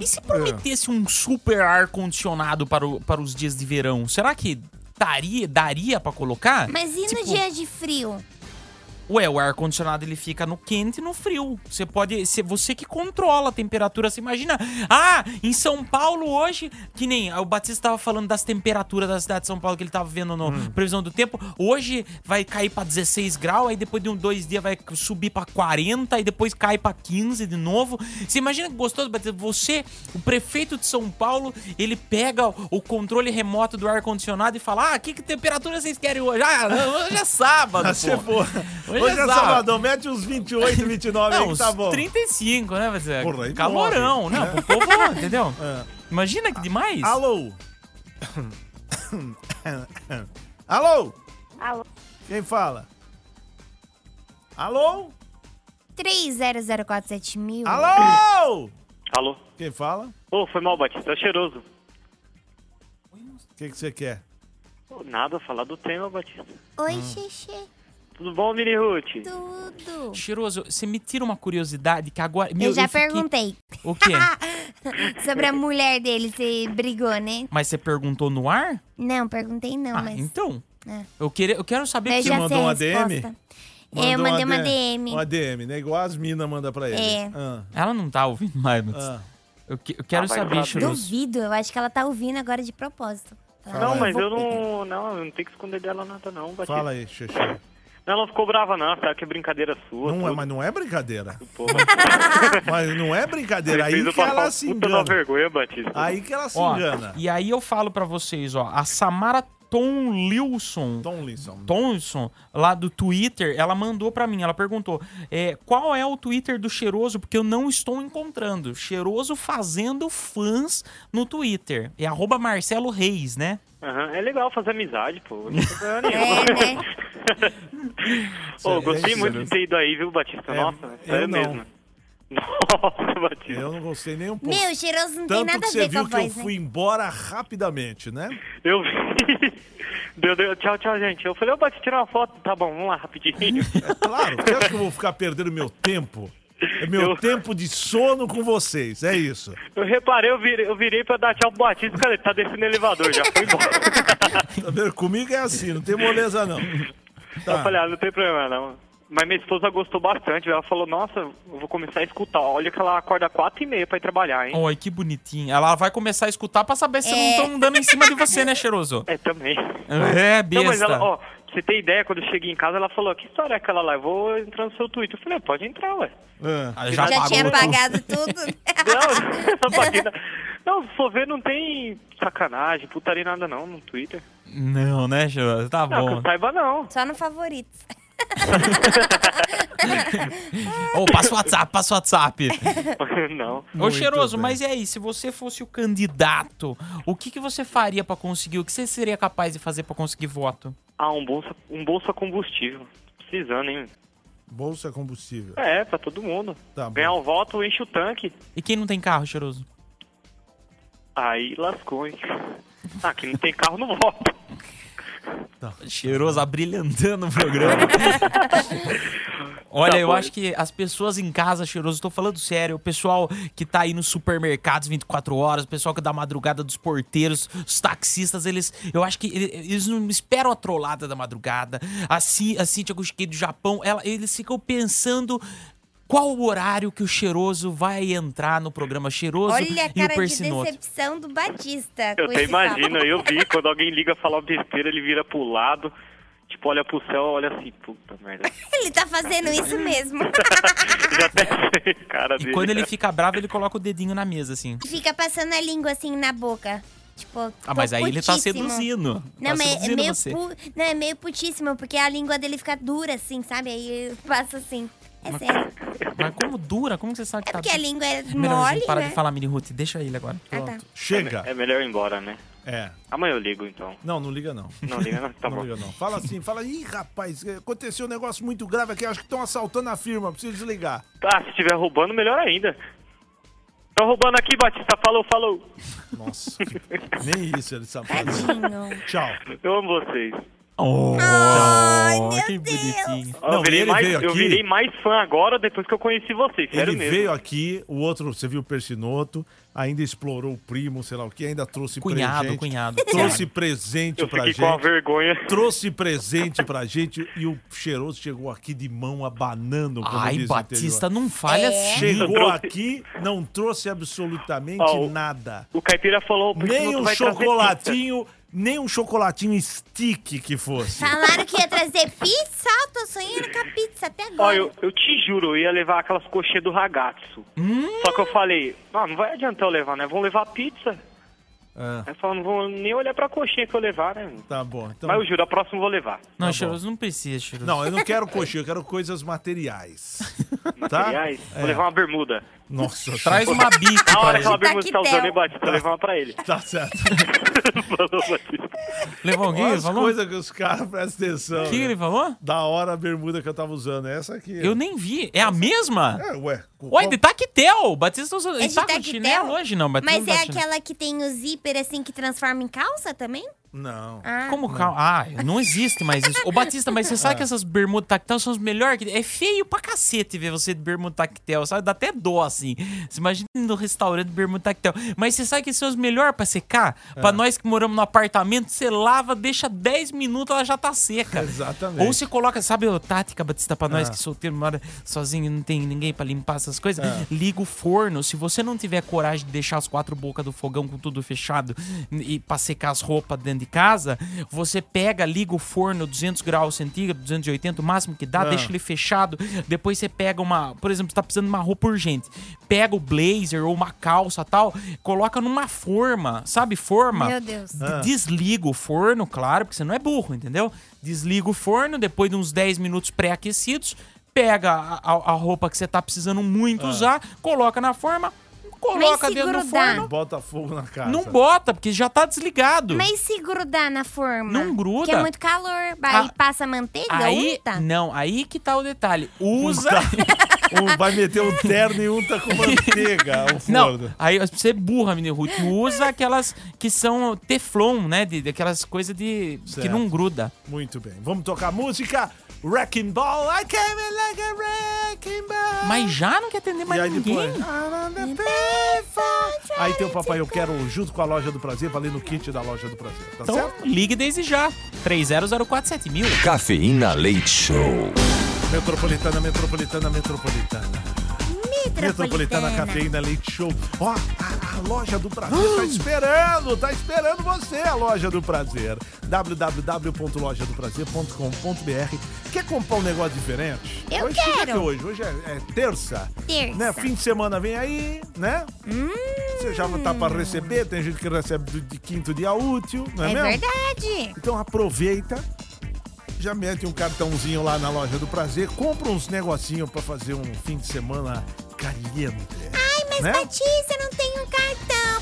[SPEAKER 7] E se prometesse um super ar-condicionado para, o- para os dias de verão, será que daria, daria pra colocar?
[SPEAKER 8] Mas e no
[SPEAKER 7] Tipo,
[SPEAKER 8] dia de frio?
[SPEAKER 7] Ué, o ar-condicionado ele fica no quente e no frio. Você pode. Você, você que controla a temperatura. Você imagina. Ah, em São Paulo hoje, que nem o Batista tava falando das temperaturas da cidade de São Paulo que ele tava vendo no previsão do tempo. Hoje vai cair pra 16 graus, aí depois de um dois dias vai subir pra 40 e depois cai pra 15 de novo. Você imagina que gostoso, Batista? Você, o prefeito de São Paulo, ele pega o controle remoto do ar-condicionado e fala: Ah, que, que temperatura vocês querem hoje? Ah, hoje é sábado.
[SPEAKER 6] Ah, você
[SPEAKER 7] pô.
[SPEAKER 6] boa. Hoje, é
[SPEAKER 7] sábado.
[SPEAKER 6] Salvador, mete uns 28, 29
[SPEAKER 7] Não,
[SPEAKER 6] aí que tá
[SPEAKER 7] uns
[SPEAKER 6] bom.
[SPEAKER 7] 35, né? Mas é
[SPEAKER 6] Porra, aí
[SPEAKER 7] calorão,
[SPEAKER 6] morre.
[SPEAKER 7] né? Pro povo, entendeu? Imagina que demais.
[SPEAKER 6] Alô? Alô?
[SPEAKER 8] Alô?
[SPEAKER 6] Quem fala? Alô?
[SPEAKER 8] 3004 7000.
[SPEAKER 6] Alô?
[SPEAKER 17] Alô?
[SPEAKER 6] Quem fala?
[SPEAKER 17] Ô, foi mal, Batista. É cheiroso.
[SPEAKER 6] O que que você quer?
[SPEAKER 17] Ô, Nada, falar do tema, Batista.
[SPEAKER 8] Oi, Xixi.
[SPEAKER 17] Tudo bom, Mini Ruth?
[SPEAKER 8] Tudo.
[SPEAKER 7] Cheiroso, você me tira uma curiosidade que agora.
[SPEAKER 8] eu já
[SPEAKER 7] fiquei-
[SPEAKER 8] perguntei.
[SPEAKER 7] O quê?
[SPEAKER 8] Sobre a mulher dele, você brigou, né?
[SPEAKER 7] Mas você perguntou no ar?
[SPEAKER 8] Não, perguntei não,
[SPEAKER 7] ah,
[SPEAKER 8] mas.
[SPEAKER 7] então.
[SPEAKER 8] É.
[SPEAKER 7] Eu, queria, eu quero saber
[SPEAKER 8] Mas
[SPEAKER 7] que
[SPEAKER 8] já
[SPEAKER 7] mandou.
[SPEAKER 8] sei a
[SPEAKER 6] um ADM?
[SPEAKER 8] resposta. É, eu
[SPEAKER 6] Mandou
[SPEAKER 8] mandei uma
[SPEAKER 6] AD-
[SPEAKER 8] DM.
[SPEAKER 6] Uma DM, né? Igual as minas mandam pra ele.
[SPEAKER 8] É.
[SPEAKER 6] Ah.
[SPEAKER 7] Ela não tá ouvindo mais, mas.
[SPEAKER 6] Ah.
[SPEAKER 7] Eu, que- eu quero
[SPEAKER 6] Ah, vai
[SPEAKER 7] saber,
[SPEAKER 6] saber.
[SPEAKER 7] Cheiroso.
[SPEAKER 8] Duvido, eu acho que ela tá ouvindo agora de propósito. Ela
[SPEAKER 17] Não,
[SPEAKER 8] falou,
[SPEAKER 17] mas
[SPEAKER 8] vou
[SPEAKER 17] eu
[SPEAKER 8] pegar.
[SPEAKER 17] não, não, eu não tenho que esconder dela nada, não, Batista.
[SPEAKER 6] Fala aí, Xuxa.
[SPEAKER 17] Não, ela não ficou brava, não. Sabe que é brincadeira sua.
[SPEAKER 6] Não é,
[SPEAKER 17] tudo.
[SPEAKER 6] mas não é brincadeira.
[SPEAKER 17] Pô,
[SPEAKER 6] Mas não é brincadeira.
[SPEAKER 17] Ele fez
[SPEAKER 6] Aí
[SPEAKER 17] eu
[SPEAKER 6] que
[SPEAKER 17] passar
[SPEAKER 6] ela
[SPEAKER 17] uma
[SPEAKER 6] se
[SPEAKER 17] puta na
[SPEAKER 6] engana.
[SPEAKER 17] vergonha, Batista.
[SPEAKER 6] Aí que ela se
[SPEAKER 7] Ó,
[SPEAKER 6] engana.
[SPEAKER 7] e aí eu falo pra vocês, ó, a Samara Tom Lilson.
[SPEAKER 1] Tomlinson.
[SPEAKER 7] Tomlinson, lá do Twitter, ela mandou pra mim, ela perguntou: é, qual é o Twitter do Cheiroso? Porque eu não estou encontrando. Cheiroso fazendo fãs no Twitter. É arroba Marcelo Reis, né?
[SPEAKER 6] Aham, É legal fazer amizade, pô. Não tem problema
[SPEAKER 8] É,
[SPEAKER 6] nenhum.
[SPEAKER 8] né?
[SPEAKER 6] Ô, gostei
[SPEAKER 1] Sério?
[SPEAKER 6] muito de ter ido aí, viu, Batista? Nossa,
[SPEAKER 1] eu
[SPEAKER 17] é
[SPEAKER 6] sério
[SPEAKER 1] não.
[SPEAKER 6] mesmo. Nossa, Batista.
[SPEAKER 1] Eu não gostei nem um pouco.
[SPEAKER 8] Meu, cheiroso não tem
[SPEAKER 1] Tanto
[SPEAKER 8] nada
[SPEAKER 1] que
[SPEAKER 8] a
[SPEAKER 1] você
[SPEAKER 8] ver com a
[SPEAKER 1] viu que eu
[SPEAKER 8] voz, né?
[SPEAKER 1] fui embora rapidamente, né?
[SPEAKER 6] Eu vi. Deu, deu, tchau, tchau, gente. Eu falei, ô, Batista, tirar uma foto. Tá bom, vamos lá, rapidinho.
[SPEAKER 1] É Claro, você acha que eu vou ficar perdendo meu tempo? É meu tempo de sono com vocês, é isso.
[SPEAKER 6] Eu reparei, eu virei, eu virei pra dar tchau pro Batista. Cadê? Tá descendo o elevador, já foi embora.
[SPEAKER 1] Tá vendo? Comigo é assim, não tem moleza não. Tá.
[SPEAKER 6] Eu falei, ah, não tem problema não. Mas minha esposa gostou bastante. Ela falou, nossa, eu vou começar a escutar. Olha que ela acorda quatro e meia pra ir trabalhar, hein?
[SPEAKER 7] Oi, que bonitinho. Ela vai começar a escutar pra saber se não estão dando em cima de você, né, Cheiroso?
[SPEAKER 6] É, também.
[SPEAKER 7] É, besta.
[SPEAKER 6] Não, mas ela, ó, pra você tem ideia, quando eu cheguei em casa, ela falou, que história é aquela lá? Eu vou entrar no seu Twitter. Eu falei, "Ah, pode entrar, ué.
[SPEAKER 1] Ah.
[SPEAKER 7] Ah, já
[SPEAKER 8] Já tinha
[SPEAKER 6] pagou tudo.
[SPEAKER 8] pagado tudo.
[SPEAKER 6] Não, só paguei na- Não, se for ver, não tem sacanagem, putaria nada não no Twitter.
[SPEAKER 7] Não, né, Cheiroso? Tá
[SPEAKER 6] Não, que
[SPEAKER 7] bom.
[SPEAKER 6] eu saiba não.
[SPEAKER 8] Só no favorito.
[SPEAKER 7] Ô, passa o WhatsApp, passa o WhatsApp.
[SPEAKER 6] não.
[SPEAKER 7] Ô, Cheiroso, mas e aí, se você fosse o candidato, o que, que você faria pra conseguir? O que você seria capaz de fazer pra conseguir voto?
[SPEAKER 6] Ah, um bolsa, um bolsa combustível. Precisando, hein?
[SPEAKER 1] Bolsa combustível. Tá
[SPEAKER 6] É, pra todo mundo. Ganhar o voto, enche o tanque.
[SPEAKER 7] E quem não tem carro, Cheiroso?
[SPEAKER 6] Aí lascou, hein? Ah, que não tem carro não vota.
[SPEAKER 7] Cheiroso, abrilhantando o programa. Olha,
[SPEAKER 6] Tá
[SPEAKER 7] eu
[SPEAKER 6] bom.
[SPEAKER 7] acho que as pessoas em casa, cheiroso, tô falando sério, o pessoal que tá aí nos supermercados 24 horas, o pessoal que dá madrugada dos porteiros, os taxistas, eles, eu acho que ele- eles não esperam a trollada da madrugada. A, Ci, a Cintia Gusquet do Japão, ela, eles ficam pensando qual o horário que o cheiroso vai entrar no programa cheiroso
[SPEAKER 8] Olha a
[SPEAKER 7] e o
[SPEAKER 8] cara de
[SPEAKER 7] Persinoto.
[SPEAKER 8] decepção do Batista.
[SPEAKER 6] Eu
[SPEAKER 8] com
[SPEAKER 6] até
[SPEAKER 8] esse papo.
[SPEAKER 6] imagino, eu vi, quando alguém liga falar uma besteira, ele vira pro lado, tipo, olha pro céu, olha assim, puta merda.
[SPEAKER 8] Ele tá fazendo isso mesmo.
[SPEAKER 6] Cara dele. né?
[SPEAKER 7] Quando ele fica bravo, ele coloca o dedinho na mesa, assim.
[SPEAKER 8] Fica passando a língua assim na boca. Tipo,
[SPEAKER 7] Ah, mas aí ele tá
[SPEAKER 8] putíssimo.
[SPEAKER 7] seduzindo.
[SPEAKER 8] Não,
[SPEAKER 7] tá
[SPEAKER 8] mas é
[SPEAKER 7] seduzindo
[SPEAKER 8] meio,
[SPEAKER 7] você.
[SPEAKER 8] pu... não, é meio putíssimo, porque a língua dele fica dura assim, sabe? Aí passa assim. É sério.
[SPEAKER 7] Mas como dura? Como que você sabe que tá
[SPEAKER 8] Porque a língua é
[SPEAKER 7] Melhor a
[SPEAKER 8] mole,
[SPEAKER 7] gente parar
[SPEAKER 8] né?
[SPEAKER 7] de falar, Mini Ruth. Deixa ele agora.
[SPEAKER 8] Ah, tá.
[SPEAKER 1] Chega.
[SPEAKER 6] É melhor ir embora, né?
[SPEAKER 1] É.
[SPEAKER 6] Amanhã eu ligo, então.
[SPEAKER 1] Não, não liga não.
[SPEAKER 6] Não liga não? Tá
[SPEAKER 1] não
[SPEAKER 6] bom.
[SPEAKER 1] liga não. Fala assim, fala, ih, rapaz, aconteceu um negócio muito grave aqui, acho que estão assaltando a firma, preciso desligar.
[SPEAKER 6] Tá, se estiver roubando, melhor ainda. Estão roubando aqui, Batista. Falou, falou.
[SPEAKER 1] Nossa, nem isso ele sabe fazer. Tchau.
[SPEAKER 6] Eu amo vocês.
[SPEAKER 7] Oh,
[SPEAKER 1] Ai, que bonitinho.
[SPEAKER 6] Ó, eu,
[SPEAKER 1] Não, e
[SPEAKER 6] virei
[SPEAKER 1] ele
[SPEAKER 6] mais,
[SPEAKER 1] veio
[SPEAKER 6] eu
[SPEAKER 1] aqui,
[SPEAKER 6] virei mais fã agora depois que eu conheci vocês, sério
[SPEAKER 1] ele
[SPEAKER 6] mesmo.
[SPEAKER 1] veio aqui, o outro, você viu o Persinoto, ainda explorou o primo, sei lá o que, ainda trouxe
[SPEAKER 7] Cunhado,
[SPEAKER 1] presente.
[SPEAKER 7] cunhado.
[SPEAKER 1] Trouxe presente
[SPEAKER 6] Eu
[SPEAKER 1] pra
[SPEAKER 6] fiquei
[SPEAKER 1] gente.
[SPEAKER 6] com a vergonha.
[SPEAKER 1] Trouxe presente pra gente e o cheiroso chegou aqui de mão abanando, como
[SPEAKER 7] Ai,
[SPEAKER 1] diz o
[SPEAKER 7] Batista,
[SPEAKER 1] interior.
[SPEAKER 7] não
[SPEAKER 8] É.
[SPEAKER 7] falha assim.
[SPEAKER 1] Chegou
[SPEAKER 6] trouxe-
[SPEAKER 1] aqui, não trouxe absolutamente
[SPEAKER 6] Ó, o-
[SPEAKER 1] nada.
[SPEAKER 6] O Caipira falou... "Porque
[SPEAKER 1] Nem
[SPEAKER 6] não
[SPEAKER 1] um
[SPEAKER 6] vai trazer
[SPEAKER 1] chocolatinho, nem um chocolatinho stick que fosse.
[SPEAKER 8] Falaram que ia trazer pizza, eu tô sonhando com a pizza até
[SPEAKER 6] Ó,
[SPEAKER 8] agora.
[SPEAKER 6] eu, eu te juro, eu ia levar aquelas coxinhas do ragazzo.
[SPEAKER 1] Hum.
[SPEAKER 6] Só que eu falei, ah, não vai adiantar eu levar, né? Vão levar pizza.
[SPEAKER 1] Ah,
[SPEAKER 6] Aí falou, não vou nem olhar pra coxinha que eu levar, né?
[SPEAKER 1] tá bom. Então...
[SPEAKER 6] Mas eu juro, a próxima eu vou levar.
[SPEAKER 7] Não, Cheiroso, não precisa, Cheiroso.
[SPEAKER 1] Não, eu não quero coxinha, eu quero coisas materiais. Tá?
[SPEAKER 6] Materiais,
[SPEAKER 1] É.
[SPEAKER 6] vou levar uma bermuda.
[SPEAKER 1] Nossa,
[SPEAKER 7] Traz uma bica pra
[SPEAKER 6] Na hora
[SPEAKER 7] ele.
[SPEAKER 6] que a bermuda tá usando,
[SPEAKER 8] Taquetel.
[SPEAKER 6] hein, Batista? Vou levar uma pra ele.
[SPEAKER 1] Tá certo.
[SPEAKER 6] Falou, Batista.
[SPEAKER 7] Levou alguém?
[SPEAKER 1] Olha
[SPEAKER 7] Ele
[SPEAKER 1] as
[SPEAKER 7] falou? O
[SPEAKER 1] coisas que os caras prestam atenção.
[SPEAKER 7] que ele
[SPEAKER 1] né?
[SPEAKER 7] falou?
[SPEAKER 1] Da hora a bermuda que eu tava usando. É essa aqui.
[SPEAKER 7] Eu nem vi. É a mesma?
[SPEAKER 1] É, ué.
[SPEAKER 7] Ué, de taquetel. Batista usa...
[SPEAKER 8] É
[SPEAKER 7] Ele
[SPEAKER 8] de
[SPEAKER 7] tá com
[SPEAKER 8] taquetel?
[SPEAKER 7] chinelo hoje, não. Batista
[SPEAKER 8] Mas
[SPEAKER 7] não
[SPEAKER 8] é
[SPEAKER 7] tá com chinelo.
[SPEAKER 8] aquela que tem o zíper assim que transforma em calça também?
[SPEAKER 1] Não.
[SPEAKER 8] Ah.
[SPEAKER 7] Como calma? Ah, não existe mais isso. Ô, Batista, mas você
[SPEAKER 1] Ah.
[SPEAKER 7] sabe que essas bermudas tactel são as melhores? que- É feio pra cacete ver você de bermuda tactel, sabe? Dá até dó, assim. Você imagina no restaurante de bermuda tactel. Mas você sabe que são as melhores pra secar?
[SPEAKER 1] Ah.
[SPEAKER 7] Pra nós que moramos no apartamento, você lava, deixa 10 minutos, ela já tá seca.
[SPEAKER 1] Exatamente.
[SPEAKER 7] Ou você coloca, sabe a tática, Batista, pra nós
[SPEAKER 1] Ah.
[SPEAKER 7] que solteiro mora sozinho e não tem ninguém pra limpar essas coisas? Liga o forno. Se você não tiver coragem de deixar as quatro bocas do fogão com tudo fechado e pra secar as roupas dentro de casa, você pega, liga o forno 200 graus centígrados, 280, o máximo que dá,
[SPEAKER 18] Ah.
[SPEAKER 7] deixa ele fechado. Depois você pega uma, por exemplo, você tá precisando de uma roupa urgente. Pega o blazer ou uma calça tal, coloca numa forma, sabe? Forma.
[SPEAKER 18] Meu Deus.
[SPEAKER 7] D-
[SPEAKER 18] Ah.
[SPEAKER 7] Desliga o forno, claro, porque você não é burro, entendeu? Desliga o forno, depois de uns 10 minutos pré-aquecidos, pega a, a- a roupa que você tá precisando
[SPEAKER 6] Ah.
[SPEAKER 7] muito usar, coloca na forma, coloca
[SPEAKER 8] se
[SPEAKER 7] dentro do
[SPEAKER 8] grudar?
[SPEAKER 7] forno.
[SPEAKER 8] Não
[SPEAKER 6] bota fogo na casa.
[SPEAKER 7] Não bota, porque já tá desligado.
[SPEAKER 8] Mas se grudar na forma?
[SPEAKER 7] Não gruda. Ah,
[SPEAKER 8] Porque é muito calor. Aí passa manteiga?
[SPEAKER 7] Aí,
[SPEAKER 8] unta?
[SPEAKER 7] não, aí que tá o detalhe. Usa.
[SPEAKER 6] Um vai meter um terno e um tá com manteiga. O forno.
[SPEAKER 7] Não, aí você é burra, menino Ruth. Usa aquelas que são teflon, né? De, daquelas coisas de que
[SPEAKER 6] Certo.
[SPEAKER 7] não gruda.
[SPEAKER 6] Muito bem. Vamos tocar a música Wrecking Ball. I came in like a wrecking ball.
[SPEAKER 7] Mas já não quer atender mais
[SPEAKER 6] E aí
[SPEAKER 7] ninguém.
[SPEAKER 6] depois- Aí tem o Papai Eu Quero junto com a Loja do Prazer, valendo o kit da Loja do Prazer. Tá
[SPEAKER 7] Então,
[SPEAKER 6] certo?
[SPEAKER 7] ligue desde já. 30047000.
[SPEAKER 5] Cafeína Leite Show.
[SPEAKER 6] Metropolitana, metropolitana, metropolitana. Metropolitana Cafeína Leite Show. Ó, a, a loja do prazer tá esperando, tá esperando você, a loja do prazer. www.lojadoprazer.com.br. Quer comprar um negócio diferente?
[SPEAKER 8] Eu
[SPEAKER 6] hoje, que dia
[SPEAKER 8] quero.
[SPEAKER 6] que é hoje? Hoje é, é terça.
[SPEAKER 8] Terça.
[SPEAKER 6] Né? Fim de semana vem aí, né?
[SPEAKER 8] Hum.
[SPEAKER 6] Você já tá pra receber, tem gente que recebe do- de quinto dia útil, não é,
[SPEAKER 8] é
[SPEAKER 6] mesmo?
[SPEAKER 8] verdade.
[SPEAKER 6] Então aproveita, já mete um cartãozinho lá na loja do prazer, compra uns negocinhos pra fazer um fim de semana caliente.
[SPEAKER 8] Ai, mas
[SPEAKER 6] Né?
[SPEAKER 8] Patrícia, eu não tenho cartão.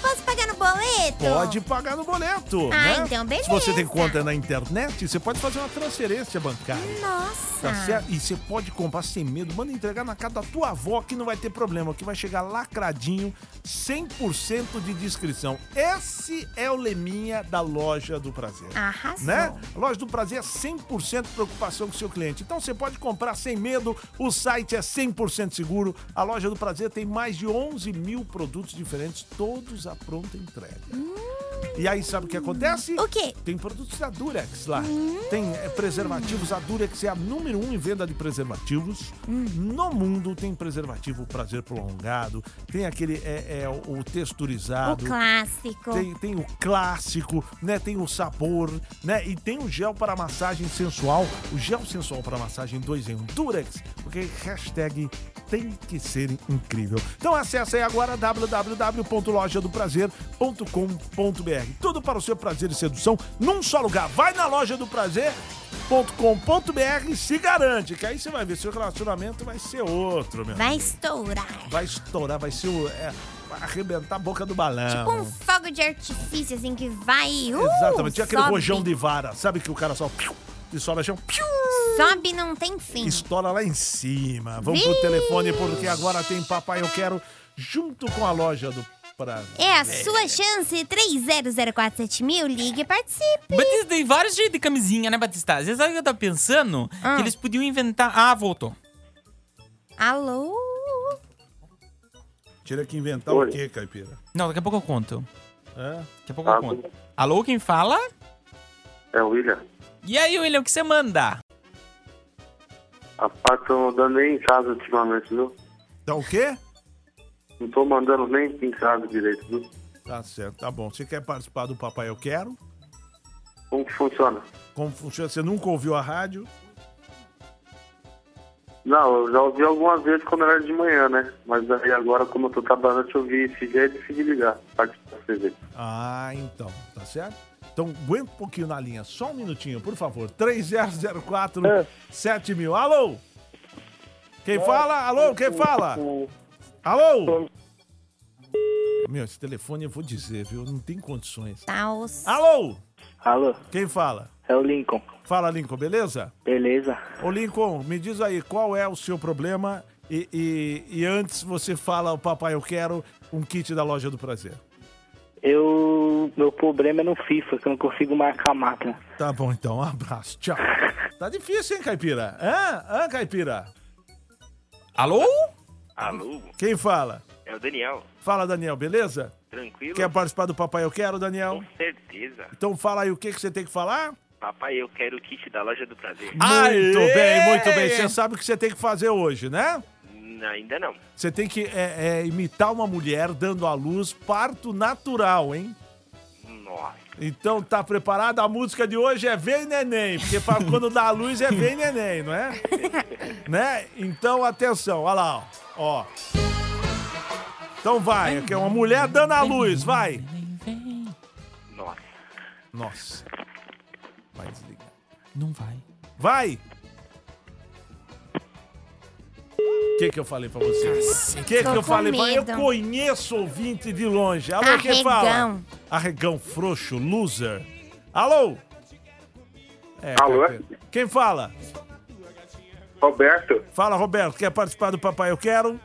[SPEAKER 8] Posso pagar no boleto?
[SPEAKER 6] Pode pagar no boleto,
[SPEAKER 8] Ah,
[SPEAKER 6] né?
[SPEAKER 8] então beleza.
[SPEAKER 6] Se você tem conta na internet, você pode fazer uma transferência bancária.
[SPEAKER 8] Nossa.
[SPEAKER 6] Tá certo? E você pode comprar sem medo, manda entregar na casa da tua avó que não vai ter problema, que vai chegar lacradinho, 100% de descrição. Esse é o leminha da loja do prazer.
[SPEAKER 8] Arrasou.
[SPEAKER 6] Né? A loja do prazer é 100% preocupação com o seu cliente. Então você pode comprar sem medo, o site é 100% seguro. A loja do prazer tem mais de 11 mil produtos diferentes, todos à pronta entrega. E aí, sabe o que acontece? O quê? Tem produtos da Durex lá. Tem é, preservativos. A Durex é a número um em venda de preservativos. No mundo tem preservativo prazer prolongado, tem aquele é, é, o o
[SPEAKER 8] O
[SPEAKER 6] texturizado.
[SPEAKER 8] clássico.
[SPEAKER 6] Tem, tem o clássico, né? Tem o sabor, né? E tem o gel para massagem sensual. O gel sensual para massagem 2 em 1 Durex. Porque hashtag tem que ser incrível. Então acessa aí agora www.lojadoprazer.com.br. Tudo para o seu prazer e sedução num só lugar. Vai na loja do prazer. e se garante, que aí você vai ver, seu relacionamento vai ser outro, meu.
[SPEAKER 8] Vai
[SPEAKER 6] amigo.
[SPEAKER 8] estourar.
[SPEAKER 6] vai estourar, vai ser o, é, vai arrebentar a boca do balão.
[SPEAKER 8] Tipo um fogo de artifício, assim, que vai... Uh,
[SPEAKER 6] Exatamente. Tinha aquele
[SPEAKER 8] sobe.
[SPEAKER 6] rojão de vara, sabe que o cara só piu, estoura chão, piu,
[SPEAKER 8] Sobe não tem fim.
[SPEAKER 6] estoura lá em cima. Vamos pro
[SPEAKER 8] Vixe.
[SPEAKER 6] telefone porque agora tem Papai Eu Quero junto com a loja do Prazer.
[SPEAKER 8] É a sua chance, 30047000, ligue e participe.
[SPEAKER 7] Batista, tem vários jeitos de camisinha, né, Batista? Às vezes sabe o que eu tava pensando?
[SPEAKER 18] Ah.
[SPEAKER 7] Que eles podiam inventar. Ah, voltou.
[SPEAKER 8] Alô?
[SPEAKER 6] Tira que inventar o quê, Caipira?
[SPEAKER 7] Não, daqui a pouco eu conto.
[SPEAKER 6] É?
[SPEAKER 7] Daqui a pouco
[SPEAKER 18] Ah,
[SPEAKER 7] eu conto. Alô, quem fala?
[SPEAKER 19] É o William.
[SPEAKER 7] E aí, William, o que você manda?
[SPEAKER 19] Rapaz, tô mandando nem em casa ultimamente, viu?
[SPEAKER 6] Tá o quê?
[SPEAKER 19] Não tô mandando nem em casa direito, viu?
[SPEAKER 6] Tá certo, tá bom. Você quer participar do Papai Eu Quero?
[SPEAKER 19] Como que funciona?
[SPEAKER 6] Como funciona? Você nunca ouviu a rádio?
[SPEAKER 19] Não, eu já ouvi algumas vezes quando era de manhã, né? Mas aí agora, como eu tô trabalhando, eu ouvi esse dia e decidi ligar. Pra te fazer.
[SPEAKER 6] Ah, então, tá certo? Então aguenta um pouquinho na linha, só um minutinho, por favor. 3004
[SPEAKER 20] É.
[SPEAKER 6] 7000. Alô? Quem fala? Alô, quem fala? Alô? Meu, esse telefone eu vou dizer, viu? Não tem condições.
[SPEAKER 8] Taos.
[SPEAKER 6] Alô?
[SPEAKER 20] Alô?
[SPEAKER 6] Quem fala?
[SPEAKER 20] É o Lincoln.
[SPEAKER 6] Fala, Lincoln, beleza?
[SPEAKER 20] Beleza.
[SPEAKER 6] Ô, Lincoln, me diz aí, qual é o seu problema? E, e- e antes você fala, o papai, eu quero um kit da Loja do Prazer.
[SPEAKER 20] Eu. Meu problema é no FIFA, que eu não consigo marcar a máquina.
[SPEAKER 6] Tá bom, então. Um abraço. Tchau. Tá difícil, hein, Caipira? Hã? Hã, Caipira?
[SPEAKER 7] Alô?
[SPEAKER 21] Alô?
[SPEAKER 6] Quem fala?
[SPEAKER 21] É o Daniel.
[SPEAKER 6] Fala, Daniel, beleza?
[SPEAKER 21] Tranquilo?
[SPEAKER 6] Quer participar do Papai Eu Quero, Daniel?
[SPEAKER 21] Com certeza.
[SPEAKER 6] Então fala aí o que, que você tem que falar.
[SPEAKER 21] Papai, eu quero o kit da loja do prazer.
[SPEAKER 6] Muito bem, muito bem. Você sabe o que você tem que fazer hoje, né?
[SPEAKER 21] Hum, Ainda não.
[SPEAKER 6] Você tem que é, é, imitar uma mulher dando à luz parto natural, hein?
[SPEAKER 21] Hum, Nossa.
[SPEAKER 6] Então tá preparado? A música de hoje é Vem Neném, porque pra quando dá a luz é Vem Neném, não é? né? Então atenção, olha lá, ó. Ó. Então vai, aqui é uma mulher dando a luz, vai.
[SPEAKER 21] Nossa.
[SPEAKER 6] Nossa. Vai desligar.
[SPEAKER 7] Não vai.
[SPEAKER 6] Vai! O que, que eu falei pra você?
[SPEAKER 7] Cacete,
[SPEAKER 6] O que, que
[SPEAKER 7] tô
[SPEAKER 6] eu
[SPEAKER 7] com
[SPEAKER 6] falei pra Eu
[SPEAKER 7] medo.
[SPEAKER 6] conheço ouvinte de longe. Alô, quem fala?
[SPEAKER 7] Arregão.
[SPEAKER 6] Arregão, frouxo, loser. Alô? É,
[SPEAKER 19] Alô?
[SPEAKER 6] Pepe. Quem fala?
[SPEAKER 19] Roberto,
[SPEAKER 6] Fala, Roberto. Quer participar do Papai Eu Quero?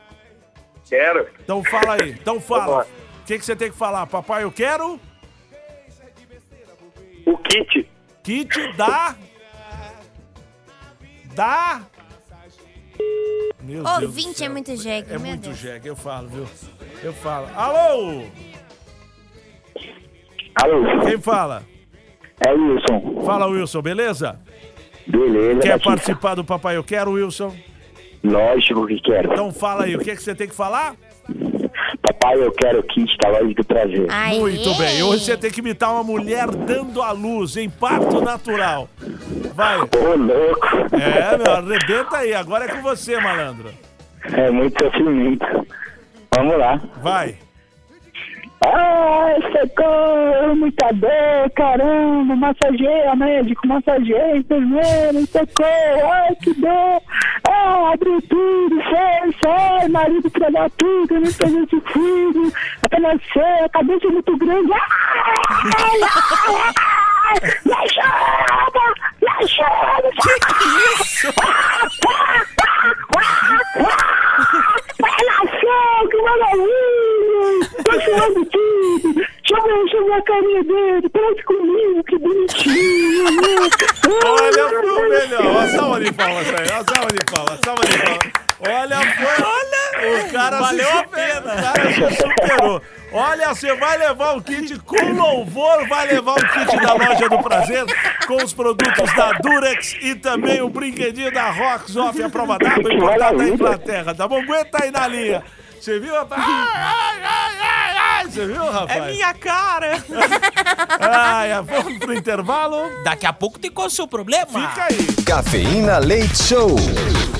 [SPEAKER 19] quero.
[SPEAKER 6] Então fala aí. Então fala.
[SPEAKER 19] Vambora.
[SPEAKER 6] O que, que você tem que falar? Papai Eu Quero?
[SPEAKER 19] O kit.
[SPEAKER 6] Kit da... Da... Meu Deus do
[SPEAKER 8] Ouvinte é muito jegue,
[SPEAKER 6] É
[SPEAKER 8] meu
[SPEAKER 6] muito
[SPEAKER 8] Deus.
[SPEAKER 6] jegue, eu falo, viu? Eu falo. Alô?
[SPEAKER 18] Alô?
[SPEAKER 6] Quem fala?
[SPEAKER 18] É o Wilson.
[SPEAKER 6] Fala, Wilson, beleza?
[SPEAKER 18] Beleza,
[SPEAKER 6] Quer
[SPEAKER 18] é Batista.
[SPEAKER 6] participar do Papai Eu Quero, Wilson?
[SPEAKER 18] Lógico que quero.
[SPEAKER 6] Então fala aí, o que, é que você tem que falar?
[SPEAKER 18] Papai, eu quero o kit da loja do prazer.
[SPEAKER 6] Muito bem, hoje você tem que imitar uma mulher dando à luz em parto natural. Vai.
[SPEAKER 18] Ô, louco.
[SPEAKER 6] É, meu, arrebenta aí, agora é com você, malandro.
[SPEAKER 18] É muito sofrimento. Vamos lá.
[SPEAKER 6] Vai.
[SPEAKER 18] Ai, socorro, muita dor, caramba, massageia, médico, massageia, enfermeiro, socorro, ai, que dor, ah, abre tudo, sai, sai, marido pra dar tudo, não tem esse filho, é pra nascer, a cabeça é muito grande, ai, ai, ai, ai, me chama, me chama, que isso? Vai nascer, que maravilha! Tá chorando tudo! Deixa eu ver, deixa eu ver a carinha dele! Parece comigo, que bonitinho!
[SPEAKER 6] Olha, foi o melhor. Uma salva de palmas aí. Uma salva de palmas, salva de palmas. Olha, foi. Olha! O cara
[SPEAKER 15] Valeu
[SPEAKER 6] se
[SPEAKER 15] a
[SPEAKER 6] superou, O cara se superou. Olha, você vai levar o kit com louvor, vai levar o kit da loja do prazer com os produtos da Durex e também o brinquedinho da Rox Off, a prova d'água importada da Inglaterra, tá bom? Aguenta aí na linha. Você viu, rapaz? Ai, ai, ai, ai, ai. Você viu, rapaz?
[SPEAKER 7] É minha cara!
[SPEAKER 6] Ai, vamos pro intervalo?
[SPEAKER 7] Daqui a pouco tem qual o seu problema? Fica aí!
[SPEAKER 5] Cafeína Leite Show.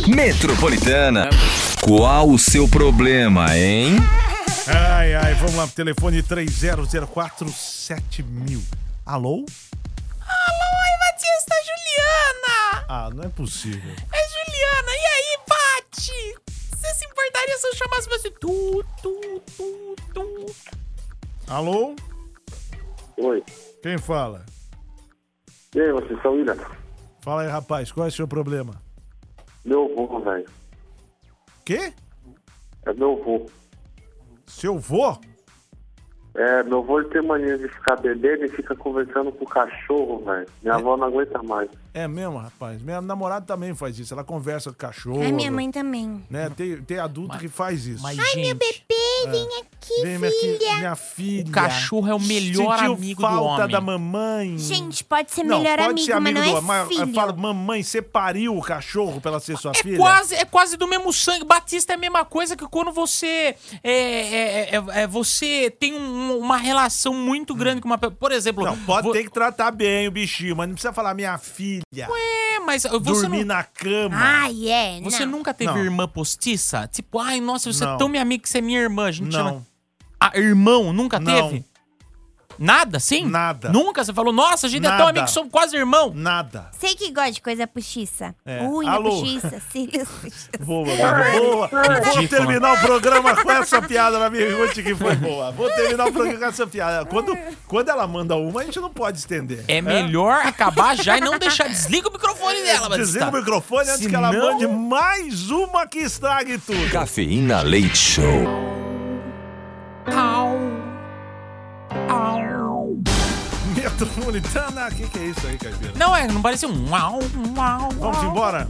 [SPEAKER 5] Metropolitana. Qual o seu problema, hein?
[SPEAKER 6] Ai, ai, vamos lá pro telefone 30047000. Alô?
[SPEAKER 15] Alô, é Batista Juliana!
[SPEAKER 6] Ah, não é possível.
[SPEAKER 15] É Juliana, e aí, Pati? Você se importaria se eu chamasse você? Tu, tu, tu, tu.
[SPEAKER 6] Alô?
[SPEAKER 19] Oi.
[SPEAKER 6] Quem fala?
[SPEAKER 19] E aí, vocês são William?
[SPEAKER 6] Fala aí, rapaz, qual é o seu problema?
[SPEAKER 19] Meu avô, velho.
[SPEAKER 6] Quê?
[SPEAKER 19] É meu avô.
[SPEAKER 6] Seu avô?
[SPEAKER 19] É, meu avô ele tem mania de ficar bebendo e fica conversando com o cachorro, velho. Minha avó não aguenta mais.
[SPEAKER 6] É mesmo, rapaz. Minha namorada também faz isso. Ela conversa com cachorro.
[SPEAKER 8] Ai, É, minha mãe também.
[SPEAKER 6] Né? Tem, tem adulto que faz isso.
[SPEAKER 8] Ai, meu bebê, vem aqui,
[SPEAKER 6] É. Vem, minha
[SPEAKER 8] filha.
[SPEAKER 6] filha. Minha filha.
[SPEAKER 7] O cachorro é o melhor
[SPEAKER 6] Sentiu
[SPEAKER 7] amigo do
[SPEAKER 6] falta
[SPEAKER 7] homem.
[SPEAKER 6] da mamãe.
[SPEAKER 8] Gente, pode ser
[SPEAKER 6] Não,
[SPEAKER 8] melhor
[SPEAKER 6] pode
[SPEAKER 8] amigo,
[SPEAKER 6] ser amigo
[SPEAKER 8] mas
[SPEAKER 6] do
[SPEAKER 8] não é
[SPEAKER 6] mas eu
[SPEAKER 8] filho.
[SPEAKER 6] falo, mamãe, você pariu o cachorro pra ela ser sua filha?
[SPEAKER 7] Quase, é quase do mesmo sangue. Batista é a mesma coisa que quando você é, é, é, é, você tem um- uma relação muito grande com uma pessoa. Por exemplo,
[SPEAKER 6] Hum. Não, pode ter que tratar bem o bichinho, mas não precisa falar minha filha.
[SPEAKER 7] Ué, mas uh, você
[SPEAKER 6] Dormir
[SPEAKER 7] não-
[SPEAKER 6] na cama.
[SPEAKER 8] Ai, é,
[SPEAKER 7] Você
[SPEAKER 8] não.
[SPEAKER 7] nunca teve
[SPEAKER 6] Não.
[SPEAKER 7] irmã postiça? Tipo, ai, nossa, você
[SPEAKER 6] Não.
[SPEAKER 7] é tão minha amiga que você é minha irmã. A gente
[SPEAKER 6] Não.
[SPEAKER 7] chama- Ah, irmão, nunca
[SPEAKER 6] Não.
[SPEAKER 7] teve? Nada, sim?
[SPEAKER 6] Nada.
[SPEAKER 7] Nunca? Você falou, nossa, a gente é tão
[SPEAKER 6] Nada.
[SPEAKER 7] amigo que somos quase irmão.
[SPEAKER 6] Nada.
[SPEAKER 8] Sei que gosta de coisa puxiça.
[SPEAKER 6] É.
[SPEAKER 8] Unha
[SPEAKER 6] Alô?
[SPEAKER 8] puxiça, cílios puxiça.
[SPEAKER 6] Boa, boa. Vou
[SPEAKER 7] Ridícula.
[SPEAKER 6] terminar o programa com essa piada, na pergunta que foi boa. Vou terminar o programa com essa piada. Quando, quando ela manda uma, a gente não pode estender.
[SPEAKER 7] É melhor acabar já e não deixar. Desliga o microfone dela, Batista.
[SPEAKER 6] É, Desliga o microfone antes que ela
[SPEAKER 7] Senão-
[SPEAKER 6] mande mais uma que estrague tudo.
[SPEAKER 5] Cafeína Leite Show.
[SPEAKER 6] Metropolitana, o que, que é isso aí, Caipira?
[SPEAKER 7] Não, é, não parecia um uau, uau, uau.
[SPEAKER 6] Vamos embora?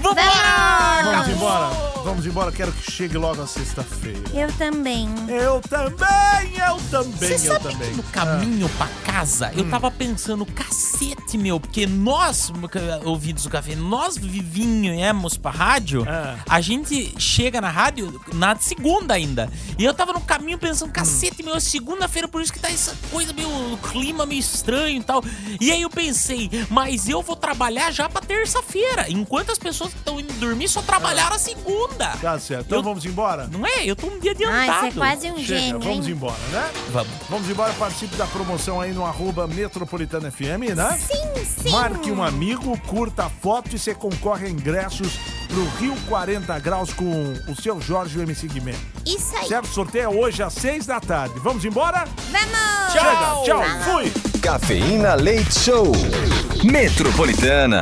[SPEAKER 7] Vambora!
[SPEAKER 6] Vamos embora? Vamos embora, quero que chegue logo a sexta-feira.
[SPEAKER 8] Eu também.
[SPEAKER 6] Eu também, eu também,
[SPEAKER 7] Você
[SPEAKER 6] eu
[SPEAKER 7] sabe
[SPEAKER 6] também. Hum.
[SPEAKER 7] que no caminho pra casa, eu tava pensando, cacete, meu, porque nós, ca- ouvintes do café, nós vivinhamos pra rádio,
[SPEAKER 6] Ah.
[SPEAKER 7] a gente chega na rádio na segunda ainda. E eu tava no caminho
[SPEAKER 6] Hum.
[SPEAKER 7] pensando, cacete, meu, é segunda-feira, por isso que tá essa coisa meio, o clima meio estranho e tal. E aí eu pensei, mas eu vou trabalhar já pra terça-feira, enquanto as pessoas que estão indo dormir só trabalharam a segunda.
[SPEAKER 6] Tá certo. Então vamos embora?
[SPEAKER 7] Não é? Eu tô um dia adiantado.
[SPEAKER 8] Ai, você é quase um
[SPEAKER 6] Chega,
[SPEAKER 8] gênio,
[SPEAKER 6] vamos
[SPEAKER 8] hein?
[SPEAKER 6] embora, né?
[SPEAKER 7] Vamos.
[SPEAKER 6] Vamos embora, participe da promoção aí no arroba Metropolitana FM, né?
[SPEAKER 8] Sim, sim.
[SPEAKER 6] Marque um amigo, curta a foto e você concorre a ingressos pro Rio 40 Graus com o seu Jorge e o MC Guimê.
[SPEAKER 8] Isso aí.
[SPEAKER 6] Certo? Sorteio é hoje às seis da tarde. Vamos embora?
[SPEAKER 8] Vamos!
[SPEAKER 6] Chega, tchau, fui!
[SPEAKER 5] Cafeína Leite Show. Metropolitana.